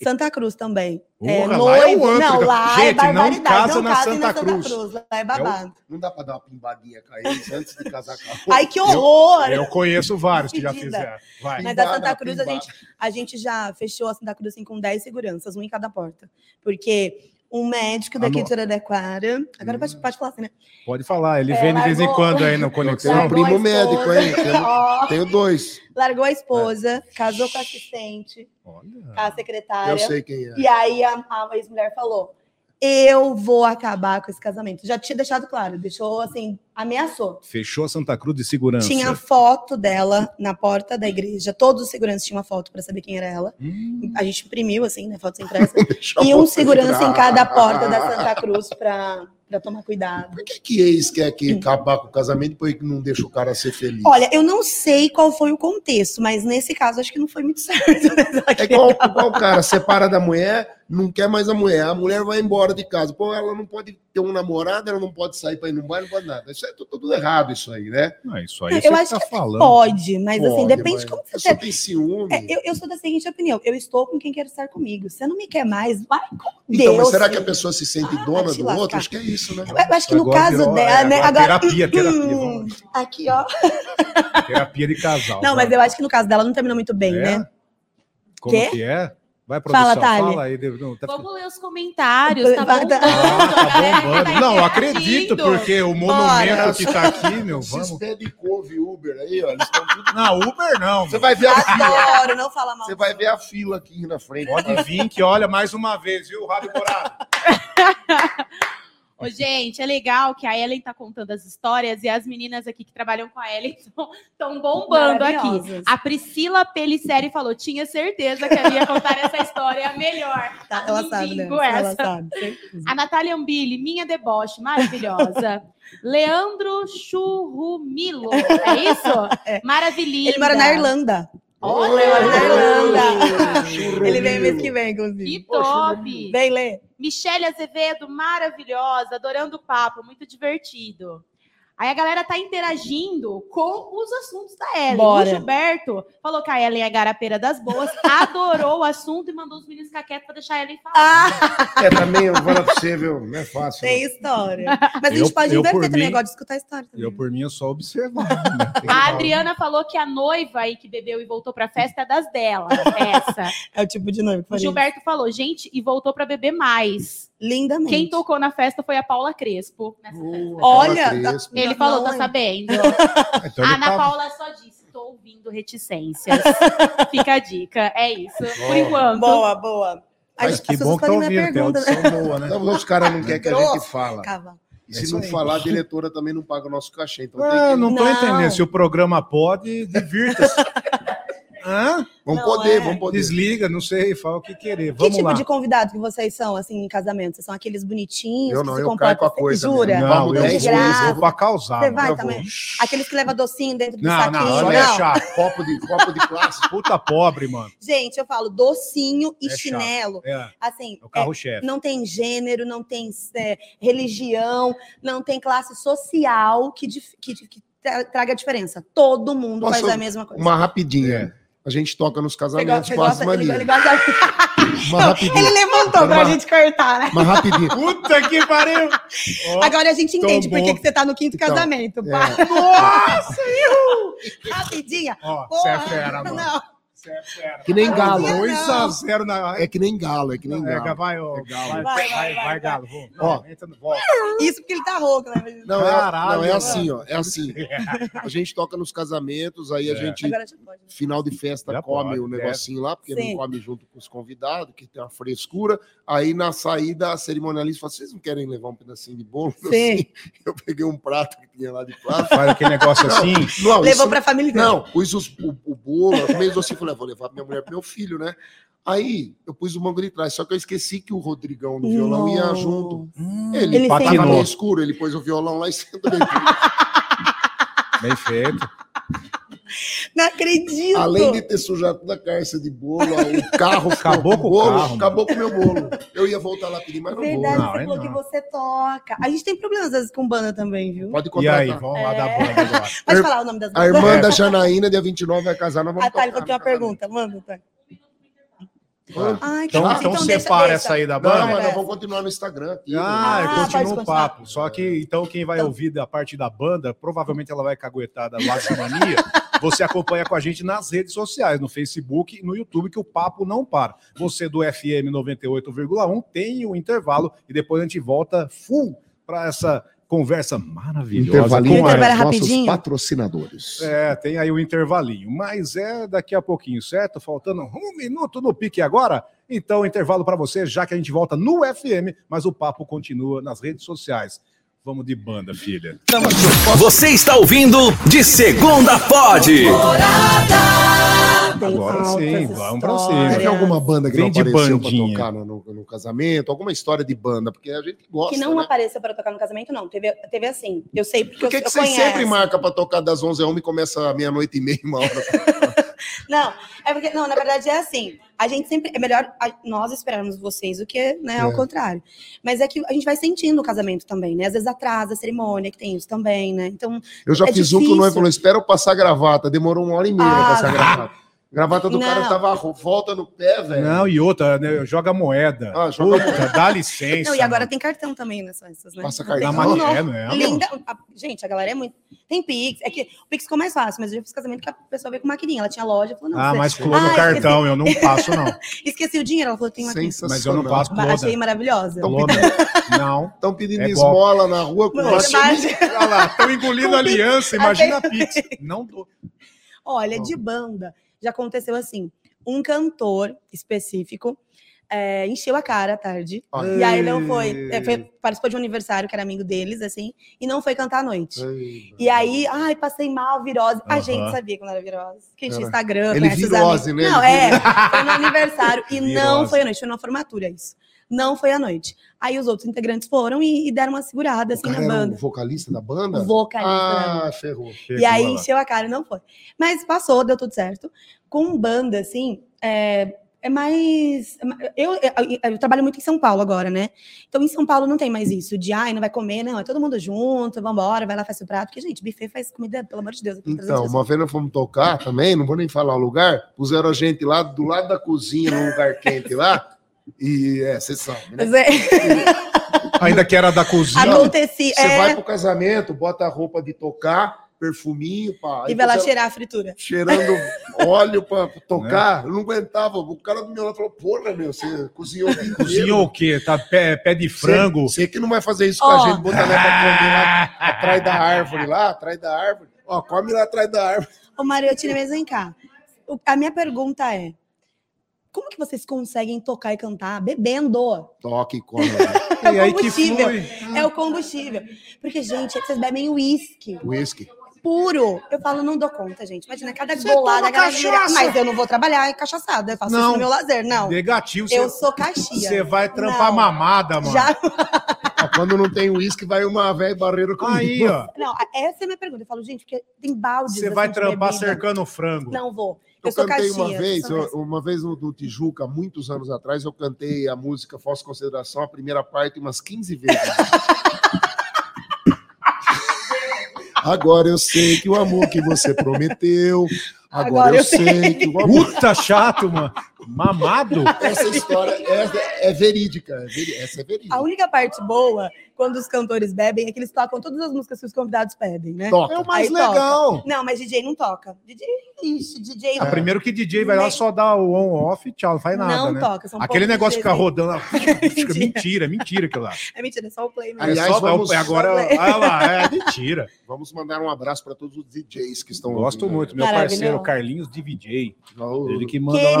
S2: Santa Cruz também.
S4: Porra, lá é o antro,
S2: não,
S4: cara.
S2: lá é
S4: Gente, não
S2: barbaridade.
S4: casa na
S2: casem
S4: Santa Cruz.
S2: Lá é babado.
S6: Não dá pra dar uma pimbadinha com eles antes de casar com a roupa.
S2: Ai, que horror!
S4: Eu conheço vários que já
S2: Fedida.
S4: fizeram. Vai.
S2: Mas a
S6: Pimbada,
S2: Santa Cruz, a
S6: pimbada.
S2: gente, a gente já fechou a Santa Cruz assim, com 10 seguranças, um em cada porta. Porque um médico daqui
S4: Anota.
S2: de Araraquara. Agora
S4: Hum.
S2: pode, pode falar assim, né?
S4: Pode falar, ele
S8: É,
S4: vem de vez em
S8: largou.
S4: quando aí no
S6: Tem
S4: Conexão.
S6: um
S2: Largou a
S6: primo
S2: esposa.
S6: médico, hein? Tenho,
S8: Ó,
S6: tenho dois.
S2: Largou a esposa, casou com a assistente,
S4: Olha.
S2: a
S6: Eu
S2: secretária.
S6: sei quem é.
S2: E aí a, a ex-mulher falou: Eu vou acabar com esse casamento. Já tinha deixado claro, deixou assim, ameaçou.
S4: Fechou a Santa Cruz de segurança.
S2: Tinha a foto dela na porta da igreja. Todos os seguranças tinham uma foto para saber quem era ela.
S4: Hum.
S2: A gente imprimiu, assim, né? Foto sem pressa.
S6: Deixa
S2: E
S6: eu
S2: um
S6: mostrar.
S2: segurança em cada porta da Santa Cruz pra, pra tomar cuidado.
S6: Por que, que ex quer que acabar com o casamento e depois que não deixa o cara ser feliz?
S2: Olha, eu não sei qual foi o contexto, mas nesse caso acho que não foi muito certo.
S6: É igual, igual o cara separa da mulher, não quer mais a mulher. A mulher vai embora de casa. Pô, ela não pode ter um namorado, ela não pode sair para ir num bar, não pode nada. Isso é tudo, tudo errado, isso aí, né?
S4: Ah, isso aí
S2: Eu
S4: você
S2: acho
S4: tá falando. é
S2: Pode, mas assim,
S6: Pode,
S2: depende
S6: mas
S2: de como
S6: a
S2: você
S6: pessoa
S2: quer.
S6: tem ciúme.
S2: É, eu, eu sou da seguinte opinião: eu estou com quem quer estar comigo. Você não me quer mais, vai com
S6: Então,
S2: Deus.
S6: mas será que a
S2: filho.
S6: pessoa se sente
S2: Ah,
S6: dona
S2: te
S6: do
S2: lascar.
S6: outro? Acho que é isso, né?
S2: Eu acho que no
S4: Agora
S2: caso
S4: virou-
S2: dela,
S4: é,
S2: né?
S4: agora
S2: Agora.
S4: Terapia, terapia,
S2: Hum,
S4: vamos lá.
S2: aqui, ó.
S4: terapia de casal.
S2: Não, mas eu acho que no caso dela não terminou muito bem,
S4: É?
S2: né?
S4: Como
S2: Quê?
S4: que é? Vai, produção,
S2: Fala,
S4: fala,
S2: Thali.
S4: aí. Deve- Não, tá
S8: Vamos ler os comentários, tá
S2: Vai,
S8: bom?
S2: tá.
S4: Ah, tá bombando. Não, eu acredito,
S8: Lindo.
S4: porque o monumento que tá aqui, meu,
S6: Esses
S4: vamos.
S6: pé de couve Uber aí, ó, eles tão tudo-
S4: Não, Uber não.
S6: Você
S4: meu.
S6: vai ver a
S2: Adoro, não fala mal.
S6: Você vai ver a fila aqui na frente.
S4: Pode vir que olha mais uma vez, viu, Rádio Morado?
S8: Ô, gente, é legal que a Ellen tá contando as histórias e as meninas aqui que trabalham com a Ellen estão bombando aqui. Ah,
S2: Maravilhosas.
S8: A Priscila Pelisseri falou: tinha certeza que ela ia contar essa história é melhor.
S2: Tá, ela sabe, né?
S8: Mendigo
S2: Ela
S8: essa.
S2: sabe. certeza.
S8: A Natália Ambili, minha deboche, maravilhosa. Leandro Churrumilo, é isso?
S2: É.
S8: Maravilhinha.
S2: Ele mora na Irlanda.
S8: Olha,
S2: Ele mora na
S6: Irlanda.
S2: Irlanda. Ele vem mês que vem,
S8: Que
S2: inclusive.
S8: top!
S2: Vem, Lê.
S8: Michele Azevedo, maravilhosa, adorando o papo, muito divertido. Aí a galera tá interagindo com os assuntos da Ellen.
S2: Bora.
S8: O Gilberto falou que a Ellen é garapeira das boas, adorou o assunto e mandou os meninos ficar quietos pra deixar a Ellen falar.
S2: Ah,
S6: É, também eu vou falar pra você, viu? Não é fácil.
S2: tem história. Mas a gente
S4: Eu-
S2: pode
S4: eu,
S2: inverter
S4: por
S2: também,
S4: mim-
S2: eu gosto de escutar a história. também.
S4: Eu, por mim, eu só observava. né?
S8: a Adriana falou que a noiva aí que bebeu e voltou pra festa é das dela, essa.
S2: É o tipo de noivo que
S8: O
S2: eu falei.
S8: Gilberto falou, gente, e voltou pra beber mais.
S2: Lindamente.
S8: Quem tocou na festa foi a Paula Crespo.
S6: Boa,
S2: Olha,
S6: Paula Crespo.
S8: Ele
S2: Não,
S8: falou,
S2: não,
S8: tá
S2: hein?
S8: sabendo.
S4: Então
S8: a
S4: ele
S8: Ana
S4: tava-
S8: Paula só disse, tô ouvindo reticências. Fica a dica, é isso. Por
S6: Boa.
S8: enquanto.
S2: Boa, boa. As,
S4: Mas
S2: as
S4: que bom
S2: pessoas
S4: que tá
S2: fazem minha
S4: ouvindo, tem
S2: pergunta, né?
S4: audição boa, né?
S6: Então, os caras não querem que a gente fala.
S2: Cava.
S6: E se não falar, a diretora também não paga o nosso cachê. Então
S4: Ah,
S6: tem que...
S4: não tô
S2: Não.
S4: entendendo. Se o programa pode, divirta-se. Hã?
S6: Vamos
S2: Não,
S6: poder,
S2: é.
S6: vamos poder.
S4: Desliga, não sei, fala o que querer.
S2: Que
S4: Vamos
S2: tipo
S4: lá.
S2: de convidado que vocês são, assim, em casamento? Vocês são aqueles bonitinhos,
S6: Eu
S2: que
S6: não,
S2: se
S6: eu caio
S2: comportam...
S6: com a coisa. né?
S2: Jura?
S6: mesmo.
S4: Não,
S6: Vamos
S4: eu vou,
S6: 10
S2: vou-
S4: eu
S6: vezes.
S4: vou pra causar.
S2: Você
S4: mano,
S2: vai
S4: eu
S2: também?
S4: Vou.
S2: Aqueles que levam docinho dentro do
S4: Não,
S2: saquinho.
S4: não, olha
S6: é
S4: é chato.
S6: Copo de, copo de classe.
S4: Puta pobre, mano.
S2: Gente, eu falo docinho e
S4: É chato.
S2: chinelo.
S4: É, é
S2: Assim,
S4: o
S2: é,
S4: carro-chefe.
S2: não tem gênero, não tem é, religião, não tem classe social que, dif- que, que tra- traga diferença. Todo mundo
S6: Posso-
S2: faz a mesma coisa.
S6: Uma rapidinha.
S4: É.
S6: A gente toca nos
S2: Você
S6: casamentos
S2: gosta-
S6: com as
S2: você gosta- ele-
S6: manias.
S2: ele gosta-
S4: Tá
S6: Uma
S2: Ele
S6: rapidinha.
S2: levantou pra
S6: Uma-
S2: gente cortar, né?
S6: Uma rapidinha.
S4: Puta que pariu! Ó,
S2: Agora a gente
S4: Tô
S2: entende por que
S4: bom. é.
S2: que você tá no quinto
S6: Então,
S2: casamento. pá.
S4: Nossa!
S2: Rapidinha.
S4: Ó, você é
S2: Porra,
S4: fera, mano.
S2: não.
S4: Você é fera.
S6: Que nem galo.
S2: Não.
S4: 2x0 na.
S6: É que nem galo, é que nem
S4: É,
S6: galo.
S4: vai, ó, galo.
S2: Vai,
S4: Vai, vai,
S2: vai,
S4: vai,
S2: vai,
S4: galo. Vamos.
S6: Ó.
S4: Não, entra no volta.
S2: Isso porque ele tá rouco, né?
S6: Não, é,
S4: Caralho,
S6: não, é
S4: mano.
S6: assim, ó. É assim. A gente toca nos casamentos, aí a
S4: É.
S6: gente,
S2: Agora já pode.
S6: final de festa,
S4: Já
S6: come
S4: pode, é.
S6: o negocinho lá, porque
S2: Sim.
S6: não come junto com os convidados, que tem uma frescura. Aí na saída, a cerimonialista fala: vocês não querem levar um pedacinho de bolo? Assim,
S2: Sim.
S6: Eu peguei um prato que tinha lá de plástico.
S4: Faz aquele negócio assim.
S6: Não,
S2: Levou
S6: isso-
S2: pra família inteira.
S6: Não, pus os- o, o bolo, eu mesmo assim, falei, "Ah, vou levar minha mulher pro meu filho, né? Aí eu pus o mango de trás, só que eu esqueci que o Rodrigão no violão ia
S2: Nossa.
S6: junto.
S2: Ele
S6: Ele, ele tava
S4: patinou.
S6: meio escuro, ele pôs o violão lá e sentou dentro.
S4: Bem feito.
S2: Não acredito.
S6: Além de ter sujado toda a cárcel de bolo, o carro ficou
S4: Acabou com o
S6: bolo,
S4: carro,
S6: acabou com o meu bolo. Eu ia voltar lá pedir, mas não
S2: Verdade,
S4: Não,
S2: você
S4: é
S2: falou
S4: não.
S2: que você toca. A gente tem problemas às vezes com banda também, viu?
S6: vou. Pode
S4: E
S6: contratar.
S4: aí, vamos lá dar banda agora.
S2: Pode
S6: Eu-
S2: falar o nome das
S6: A
S2: bandas.
S6: irmã da Janaína, dia 29, vai casar, nós vamos
S2: A Thalia falou que
S6: tocar
S2: tem uma
S6: no casamento.
S2: pergunta. Manda, Thalia.
S6: Hã?
S2: Ai, que
S4: Então,
S2: chato.
S4: então,
S2: deixa,
S4: separa
S2: deixa.
S4: essa aí da
S6: Não,
S4: banda.
S6: mas nós vamos continuar no Instagram. aqui, né?
S4: Ah,
S2: Ah,
S4: e
S2: pode
S4: continua
S2: continuar. Então.
S4: o papo. Só que então quem vai ouvir da parte da banda, provavelmente ela vai caguetar da Mania, Você acompanha com a gente nas redes sociais, no Facebook e no YouTube, que o papo não para. Você do FM 98,1 tem o intervalo e depois a gente volta full para essa conversa maravilhosa
S6: Intervalinho
S4: com a
S6: para
S2: Intervalo
S6: nossos
S2: rapidinho.
S6: patrocinadores.
S4: é, tem aí o intervalinho, mas é daqui a pouquinho, certo? Faltando um minuto no pique agora. Então, intervalo para você, já que a gente volta no FM, mas o papo continua nas redes sociais. Vamos de banda, filha.
S3: Você está ouvindo De Segunda Pod.
S2: Tem
S4: Agora
S2: altas
S4: sim, vamos pra cima.
S2: histórias.
S6: Teve alguma banda que não
S4: Vem de
S6: apareceu pra
S4: bandinha.
S6: tocar no, no- no casamento? Alguma história de banda? Porque a gente gosta,
S2: Que não
S6: né?
S2: apareceu para tocar no casamento, não. Teve, teve assim. Eu sei porque
S6: Por que,
S2: eu,
S6: que
S2: eu
S6: vocês
S2: conheço.
S6: sempre marcam pra tocar das 11 a 1 e começa meia-noite e meia, uma hora?
S2: Não, é porque, não, na verdade é assim. A gente sempre. É melhor a- nós esperarmos vocês do que, né, ao
S6: É.
S2: contrário. Mas é que a gente vai sentindo o casamento também, né? Às vezes atrasa a cerimônia, que tem isso também, né? Então,
S6: Eu já
S2: É
S6: fiz um que o noivo
S2: difícil.
S6: falou, espera eu passar a gravata. Demorou uma hora e meia pra
S2: Ah,
S6: passar a gravata. A gravata do
S2: Não.
S6: cara tava ro- volta no pé, velho.
S4: Não, e outra, né, joga É. moeda.
S6: Ah, joga
S4: Puta, dá licença.
S2: não, e agora
S4: mano.
S2: tem cartão também, né? só essas, né?
S6: Passa
S2: Tem
S4: Dá
S6: cartão.
S2: um
S4: uma...
S2: novo.
S4: é, não é?
S2: Linda. a- gente, a galera é muito. Tem Pix. É que o Pix ficou mais fácil, mas eu já fiz casamento que a pessoa veio com maquininha. Ela tinha loja, falou, não,
S4: Ah,
S2: você-
S4: mas pulou no
S2: Ah,
S4: cartão, eu não passo, não.
S2: esqueci o dinheiro. Ela falou, tem uma
S4: Mas eu não passo
S2: Ma- Achei
S4: cloda.
S2: maravilhosa.
S6: Então,
S4: Cloda. Não.
S6: Estão pedindo
S4: É
S6: esmola na rua com
S2: Não,
S6: baixo-
S2: imagina-
S4: Olha lá, estão engolindo a aliança, imagina a Pix. Não dou.
S2: Olha, de banda, já aconteceu assim. Um cantor específico é, encheu a cara à tarde. E aí não foi, é, foi- Participou de um aniversário que era amigo deles, assim, e não foi cantar à noite. E aí, ai, passei mal, virose. A
S4: Aham.
S2: gente sabia quando era virose. Quem tinha
S6: Era.
S2: Instagram,
S6: Ele
S2: conhece os
S6: virose,
S2: amigos.
S6: né?
S2: Não,
S6: Ele
S2: é. Foi no aniversário e não
S4: Virose.
S2: foi à noite, foi numa formatura isso. Não foi à noite. Aí os outros integrantes foram e, e deram uma segurada,
S6: O
S2: assim, na
S6: cara era um
S2: banda.
S6: vocalista da banda?
S2: O vocalista né? da banda.
S6: Ah, ferrou.
S2: E aí encheu a cara e não foi. Mas passou, deu tudo certo. Com banda, assim, é, é mais. Eu, eu, eu trabalho muito em São Paulo agora, né? Então em São Paulo não tem mais isso de ai, não vai comer, não. É todo mundo junto, vambora, vai lá, faz o prato. Porque, gente, buffet faz comida, pelo amor de Deus. é pra 300
S6: Então, uma vez nós fomos tocar também, não vou nem falar o lugar, puseram a gente lá do lado da cozinha, num lugar quente lá, e é, você sabe, né?
S2: pessoas. Mas é,
S4: Ainda que era da cozinha.
S2: acontecia.
S6: Você
S2: é,
S6: vai pro casamento, bota a roupa de tocar, perfuminho, pá. aí
S2: e vai lá
S6: puseram-
S2: cheirar a fritura.
S6: cheirando óleo pra tocar,
S4: É.
S6: eu não aguentava. O cara do meu lado falou, porra, meu, você cozinhou o dia inteiro.
S4: Cozinhou o quê? Tá pé, pé de frango. Ah!
S6: Você que não vai fazer isso com
S2: Ó.
S6: a gente, botar nós pra comer lá atrás da árvore, lá atrás da árvore. Ó, come lá atrás da árvore.
S2: Ô, Mariotina, mas vem cá. O- a minha pergunta é: como que vocês conseguem tocar e cantar bebendo?
S6: Toque e come. né?
S4: E aí que
S2: combustível.
S4: foi.
S2: É o combustível. Porque, gente, é que vocês bebem uísque
S6: Whisky.
S2: puro. Eu falo, não dou conta, gente. Imagina, cada bolada, cada vira...
S4: cachaça.
S2: Mas eu não vou trabalhar é cachaçada. Eu faço
S4: Não.
S2: isso no meu lazer. Não.
S4: Negativo,
S2: Eu
S4: você
S2: sou caxia.
S4: você vai trampar
S2: Não.
S4: mamada, mano.
S2: Já...
S6: Ó, quando não tem uísque, vai uma velha barreira comigo.
S4: Aí, ó.
S2: Não, essa é a minha pergunta. Eu falo, gente, porque tem balde.
S4: Você vai trampar cercando frango.
S2: assim, Não vou. Eu,
S6: Eu,
S2: sou
S6: cantei
S2: caxia.
S6: uma vez,
S2: sou
S6: eu-
S2: caxia.
S6: uma vez no, no Tijuca, muitos anos atrás, eu cantei a música Falsa Consideração, a primeira parte, umas 15 vezes. Agora eu sei que o amor que você prometeu. Agora, eu, sei que o amor.
S4: Puta chato, mano. Mamado?
S6: Essa história é, é verídica. é veri- Essa é
S2: A
S6: verídica.
S2: única parte boa, quando os cantores bebem, é que eles tocam todas as músicas que os convidados pedem, né?
S4: É
S6: Toca.
S4: o mais
S2: Aí toca.
S4: legal.
S2: Não, mas DJ não toca. DJ, ixi, DJ
S4: Ah,
S2: não
S4: Primeiro que DJ vai lá só dar o on-off e tchau, não faz nada,
S2: É. não
S4: né?
S2: toca. um São
S4: Aquele
S2: poucos
S4: negócio de ficar
S2: DJs.
S4: rodando. lá, fica- mentira, mentira aquilo lá.
S2: É mentira, é só o play mesmo.
S4: É
S6: Aliás,
S4: só-
S6: vamos-
S4: é agora, olha lá, é mentira.
S6: Vamos mandar um abraço para todos os DJs que estão
S4: Gosto muito. Meu
S2: Maravilhoso.
S4: parceiro Carlinhos DJ. Ele
S6: muito.
S4: que manda lá É.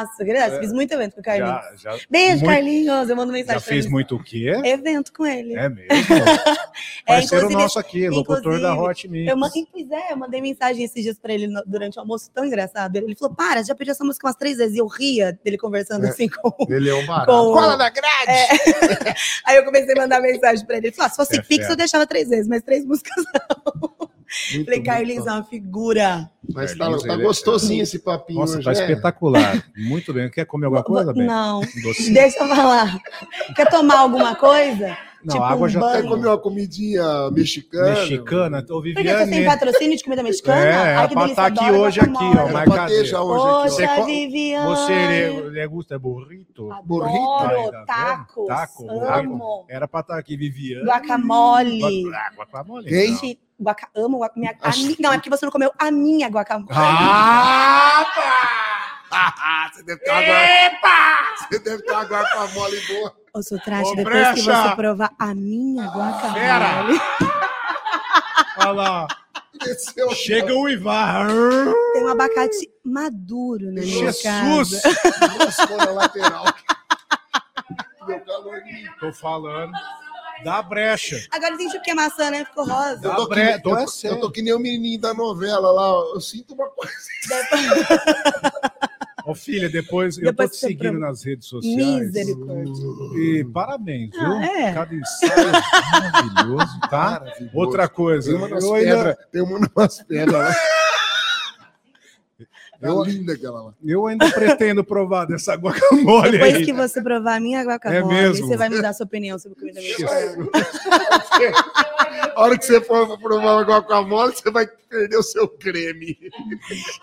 S2: Queridaço, queridaço. Fiz muito evento com o
S4: no...
S2: Carlinhos.
S4: Já, já,
S2: Beijo,
S4: muito-
S2: Carlinhos. Eu mando mensagem
S4: já fez
S2: ele.
S4: muito o quê?
S2: Evento com ele.
S4: É mesmo. Parceiro
S2: É, inclusive,
S4: nosso aqui, locutor
S2: inclusive,
S4: da Hot Mix.
S2: Eu mandei, pois é, eu mandei mensagem esses dias pra ele no- durante o almoço, tão engraçado. Ele falou, para, já pedi essa música umas três vezes. E eu ria dele conversando
S6: É.
S2: assim com...
S6: Ele é um barato.
S2: Com-
S6: Cola na grade!
S2: Aí eu comecei a mandar mensagem pra ele. Ele falou, ah, se fosse
S4: É
S2: fixo,
S4: fera.
S2: eu deixava três vezes, mas três músicas.
S6: Muito,
S2: Falei,
S6: muito
S2: Carlinhos é uma figura.
S6: Mas tá,
S4: Carlinhos,
S6: tá
S4: ele é-
S6: gostosinho esse papinho
S4: Nossa,
S6: hoje,
S4: tá
S6: né?
S4: espetacular. Muito bem. Quer comer alguma coisa, bem?
S2: Não,
S4: Doce.
S2: deixa eu falar. Quer tomar alguma coisa?
S4: Não,
S2: tipo
S4: água
S2: um
S4: já
S6: Quer
S4: tá
S2: banho.
S6: comer uma comidinha mexicana?
S4: mexicana. Ô,
S2: Por que você
S4: Viviane.
S2: tem patrocínio de comida mexicana?
S4: É,
S2: Ai,
S4: a
S2: que delícia,
S4: tá aqui
S2: adoro
S4: hoje aqui,
S2: guacamole.
S4: ó.
S6: Era
S4: Mas
S6: patê
S4: cadê?
S6: já hoje aqui,
S2: Poxa,
S4: Você co-
S2: Viviane.
S4: Você é, le- le gusta burrito? Ai, tá
S2: Adoro
S4: vendo?
S2: tacos.
S4: Taco,
S2: amo.
S4: Era pra estar aqui, Viviane. Ah,
S2: Guacamole.
S4: Guacamole.
S6: Quem?
S4: não.
S2: Gente, guaca, amo guaca, minha, a mi- não, é porque você não comeu a minha guacamole.
S6: Ah, você deve ter uma guarda. Você deve ter uma guacamole boa.
S2: Ô, Sotrate,
S4: Ô,
S2: depois que
S4: brecha!
S2: você provar a minha guacamole...
S4: Fera! Olha lá.
S6: Desceu.
S4: Chega o Ivar.
S2: Tem um abacate maduro na minha casa.
S4: Jesus!
S6: Né? Nossa, na lateral. Meu calor. é
S4: Tô falando. Dá brecha.
S2: Agora senti porque é maçã, né? Ficou rosa.
S6: Eu tô, que,
S4: bre- tô-
S6: eu,
S4: é
S6: tô-
S4: sério.
S6: eu tô que nem o menininho da novela lá. ó. Eu sinto uma coisa.
S4: Ô, filha, depois, eu tô
S2: Depois
S4: te
S2: você
S4: seguindo
S2: pro-
S4: nas redes sociais.
S2: Misericórdia.
S4: E parabéns, viu?
S2: Ah, é?
S4: Cada ensaio é maravilhoso, tá?
S6: Maravilhoso.
S4: Outra coisa,
S6: Tem uma nas
S4: eu ainda,
S6: pedras. Tem uma nas pedras lá. É
S4: Eu-
S6: linda aquela lá.
S4: eu ainda pretendo provar dessa guacamole
S2: Depois
S4: aí.
S2: que você provar a minha guacamole,
S4: É mesmo.
S2: você vai me dar sua opinião sobre comida mexicana.
S6: A hora que você for provar uma guacamole, você vai perder o seu creme.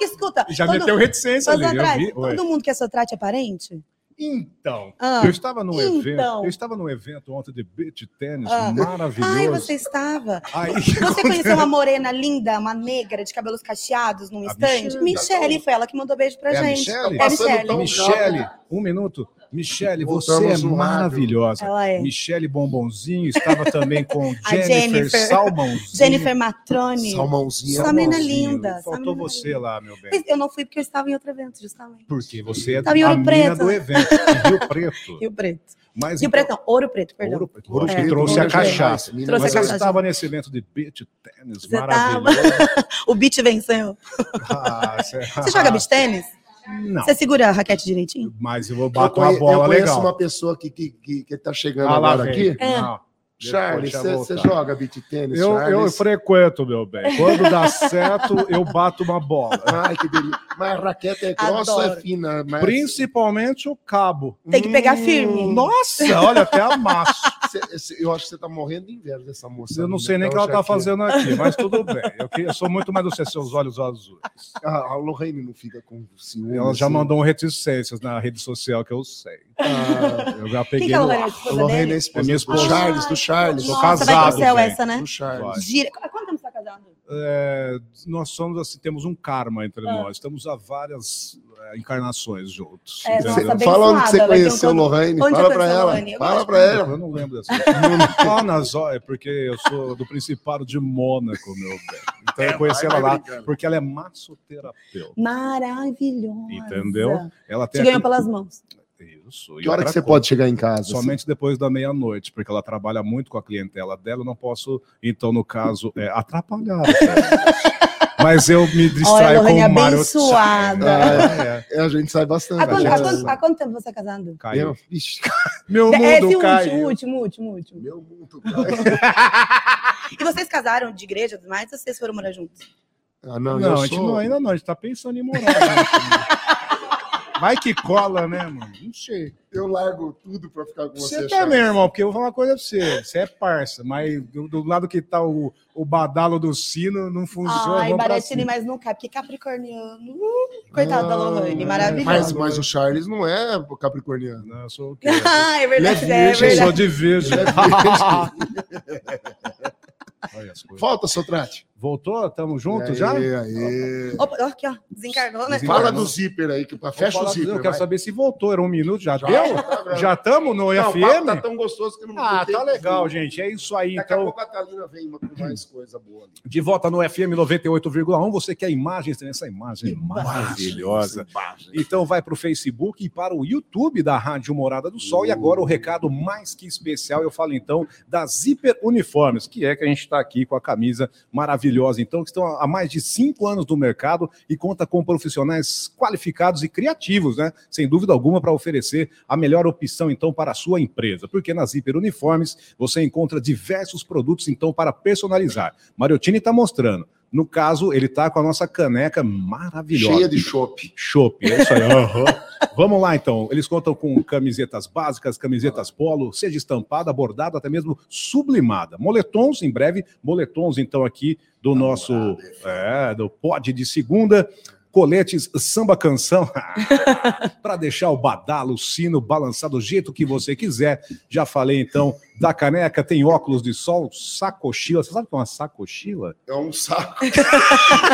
S2: Escuta,
S4: Já
S2: todo,
S4: meteu reticência
S2: Mas,
S4: ali, eu
S2: Andrade,
S4: vi. Ué.
S2: todo mundo que é Sotrate é parente?
S4: Então,
S2: Ah.
S4: eu estava num
S2: Então.
S4: evento, eu estava num evento ontem de beach tênis
S2: Ah.
S4: maravilhoso.
S2: Ai, você estava.
S4: Aí,
S2: Você conheceu uma morena linda, uma negra, de cabelos cacheados num
S4: A
S2: estande? Michele, foi ela que mandou beijo pra
S4: É a
S2: gente. É
S4: Michele?
S2: a
S6: Passando
S2: Michele.
S6: tão-
S4: Michele, um minuto. Michele, você é
S6: Voltamos no rádio.
S4: maravilhosa.
S2: Ela é.
S4: Michele Bombonzinho estava também com Jennifer,
S2: Jennifer.
S4: Salmãozinho.
S2: Jennifer Matrone.
S6: Salmãozinho.
S2: Só menina é
S4: Salmãozinho. é
S2: linda, só
S4: Faltou
S2: menina é
S4: você
S2: linda.
S4: lá, meu bem.
S2: Mas Eu não fui porque eu estava em outro evento, justamente.
S4: Porque você é
S2: Tava em
S4: a
S2: Ouro
S4: mina
S2: Tá Preto.
S4: do evento, em Rio Preto.
S2: Rio Preto.
S4: Mas
S2: Rio
S4: então-
S2: Preto não, Ouro Preto, perdão. É,
S4: Ouro Preto.
S6: Ouro
S4: Acho que
S6: Preto,
S4: trouxe a
S2: Minas Gerais.
S4: cachaça. é
S6: Minas
S2: Trouxe
S4: Mas
S2: a
S4: eu
S6: Gerais.
S2: cachaça.
S4: estava nesse evento de beach tênis
S2: Você
S4: maravilhoso.
S2: O beat venceu.
S4: Ah, cê-
S2: Você joga beat tênis?
S4: Não,
S2: Você segura a raquete direitinho?
S4: mas eu vou
S6: Eu,
S4: bater uma
S6: conhe, eu
S4: bola
S6: conheço
S4: legal.
S6: uma pessoa que, que, que, que tá chegando
S4: Ah, lá
S6: agora
S4: vem.
S6: aqui.
S2: É.
S4: Não,
S6: Charles,
S4: deixa eu
S6: você
S4: voltar.
S6: joga beat tênis,
S4: Eu,
S6: Charles?
S4: eu frequento, meu bem. Quando dá certo, eu bato uma bola.
S6: Ai, que delícia. Mas a raqueta é grossa ou é
S2: Adoro.
S6: fina? Mas...
S4: Principalmente o cabo.
S2: Tem que
S4: Hum.
S2: pegar firme.
S4: Nossa, olha, até amasso.
S6: Cê- cê- eu acho que você tá morrendo de inveja dessa moça.
S4: Eu não
S6: né?
S4: sei nem o que ela tá
S6: Shakira.
S4: fazendo aqui, mas tudo bem. Eu, que- eu sou muito mais do que seus olhos azuis.
S6: A, a Lorraine não fica com ciúme.
S4: Ela já
S6: assim?
S4: mandou um reticências na rede social que eu sei.
S6: Ah,
S4: Eu já
S2: Quem
S4: peguei
S2: que é a
S4: no
S2: Lorena?
S4: ar.
S2: A
S6: a
S2: esposa
S6: Lorraine é a
S2: dele?
S4: É
S6: esposa
S4: minha
S6: do
S4: esposa.
S6: Charles, do Charles.
S4: Sou
S2: Nossa, vai pro
S4: casado,
S2: céu
S4: velho.
S2: essa, né?
S6: Do Charles.
S4: Vai.
S2: Gira. Há quanto tempo você tá casado?
S4: É, nós somos assim, temos um karma entre
S2: Ah.
S4: nós. Estamos há várias é, encarnações juntos.
S2: É,
S4: entendeu?
S2: nossa, bem-
S6: Fala onde você
S2: abençoada, vai ter um
S6: conheceu
S2: todo-
S6: Lorraine.
S2: Onde eu
S6: Fala pra
S2: conheci a
S6: ela.
S2: Lorraine? Eu
S6: Fala
S2: gosto
S6: pra ela.
S4: Eu não lembro dessa. Lá na Zó- é porque eu sou do Principado de Mônaco, meu bem. Então eu conheci
S6: É, vai,
S4: ela lá
S6: vai brincando.
S4: porque ela é massoterapeuta.
S2: Maravilhosa.
S4: Entendeu? Ela
S2: Te
S4: tem
S2: ganhou
S4: aquele-
S2: pelas mãos.
S4: Isso. e
S6: Que hora
S4: outra
S6: que você
S4: coisa,
S6: pode chegar em casa? assim?
S4: é Somente depois da meia-noite, porque ela trabalha muito com a clientela dela. Eu não posso, então, no caso, é, atrapalhar. Mas eu me
S2: Olha,
S4: distraio com
S2: Lorraine,
S4: o Mário.
S2: abençoada.
S4: É, é.
S6: É, a gente sai bastante.
S2: Há quanto,
S6: né?
S2: há quanto- há quanto tempo você é casado?
S4: Caiu.
S6: Meu- Ixi,
S4: Meu
S2: É, Esse
S4: mundo
S2: último,
S4: caiu.
S2: último, último, último.
S6: meu mundo, cara.
S2: E vocês casaram de igreja e tudo mais ou vocês foram morar juntos?
S6: Ah, não,
S4: Não,
S6: eu
S4: a gente
S6: sou-
S4: não, ainda não, a gente tá pensando em morar. né? Vai que cola, né, mano? Não sei.
S6: Eu largo tudo pra ficar com você.
S4: Você
S6: Charles.
S4: também, irmão, porque eu vou falar uma coisa pra você. Você é parça, mas do, do lado que tá o, o badalo do sino, não funciona.
S2: Ai,
S4: vamos pra
S2: Baratini,
S4: cima.
S2: mas não cai, porque é capricorniano. uh, Coitado da
S6: Ah,
S2: Lorraine,
S6: Mas,
S2: maravilhoso.
S6: mas o Charles não é capricorniano.
S4: Não, eu sou o quê?
S2: Ah, é verdade,
S6: Ele é
S2: é
S6: virgem,
S4: Eu sou
S2: verdade.
S4: de virgem. Olha as coisas.
S6: Falta, Sotrate.
S4: Voltou? Tamo junto
S6: Aê,
S4: já?
S6: aê.
S2: Opa, ó, aqui, ó, desencarnou, né?
S4: Desencarnou.
S6: Fala do zíper aí, que pra-
S4: Vou
S6: fecha o
S4: falar-
S6: zíper.
S4: Eu quero
S6: vai.
S4: saber se voltou. Era um minuto, já,
S6: Já,
S4: deu?
S6: já tá vendo.
S4: Já estamos no
S6: Não, o papo
S4: FM?
S6: tá tão gostoso que não
S4: Ah,
S6: não tem
S4: tá
S6: que-
S4: legal, gente. É isso aí.
S6: Daqui a
S4: Então,
S6: pouco a Thalina vem com mais coisa boa ali.
S4: De volta no FM 98,1. Você quer imagens? Tem essa imagem maravilhosa. Então vai para o Facebook e para o YouTube da Rádio Morada do Sol. E agora o
S6: Uhum.
S4: recado mais que especial, eu falo então da Zipper Uniformes, que é que a gente está aqui com a camisa maravilhosa. Então, que estão há mais de cinco anos no mercado e conta com profissionais qualificados e criativos, né? Sem dúvida alguma, para oferecer a melhor opção então para a sua empresa. Porque na Zipper Uniformes você encontra diversos produtos então para personalizar. Mariottini está mostrando. No caso, ele está com a nossa caneca maravilhosa.
S6: Cheia de chope.
S4: Chopp, é isso aí. Aham. Vamos lá, então. Eles contam com camisetas básicas, camisetas polo, seja estampada, bordada, até mesmo sublimada. Moletons, em breve, moletons, então, aqui do nosso. É, do pod de segunda. coletes samba canção, para deixar o badalo, o sino balançar do jeito que você quiser. Já falei então da caneca, tem óculos de sol, sacochila. Você sabe o que é uma sacochila?
S6: É um saco.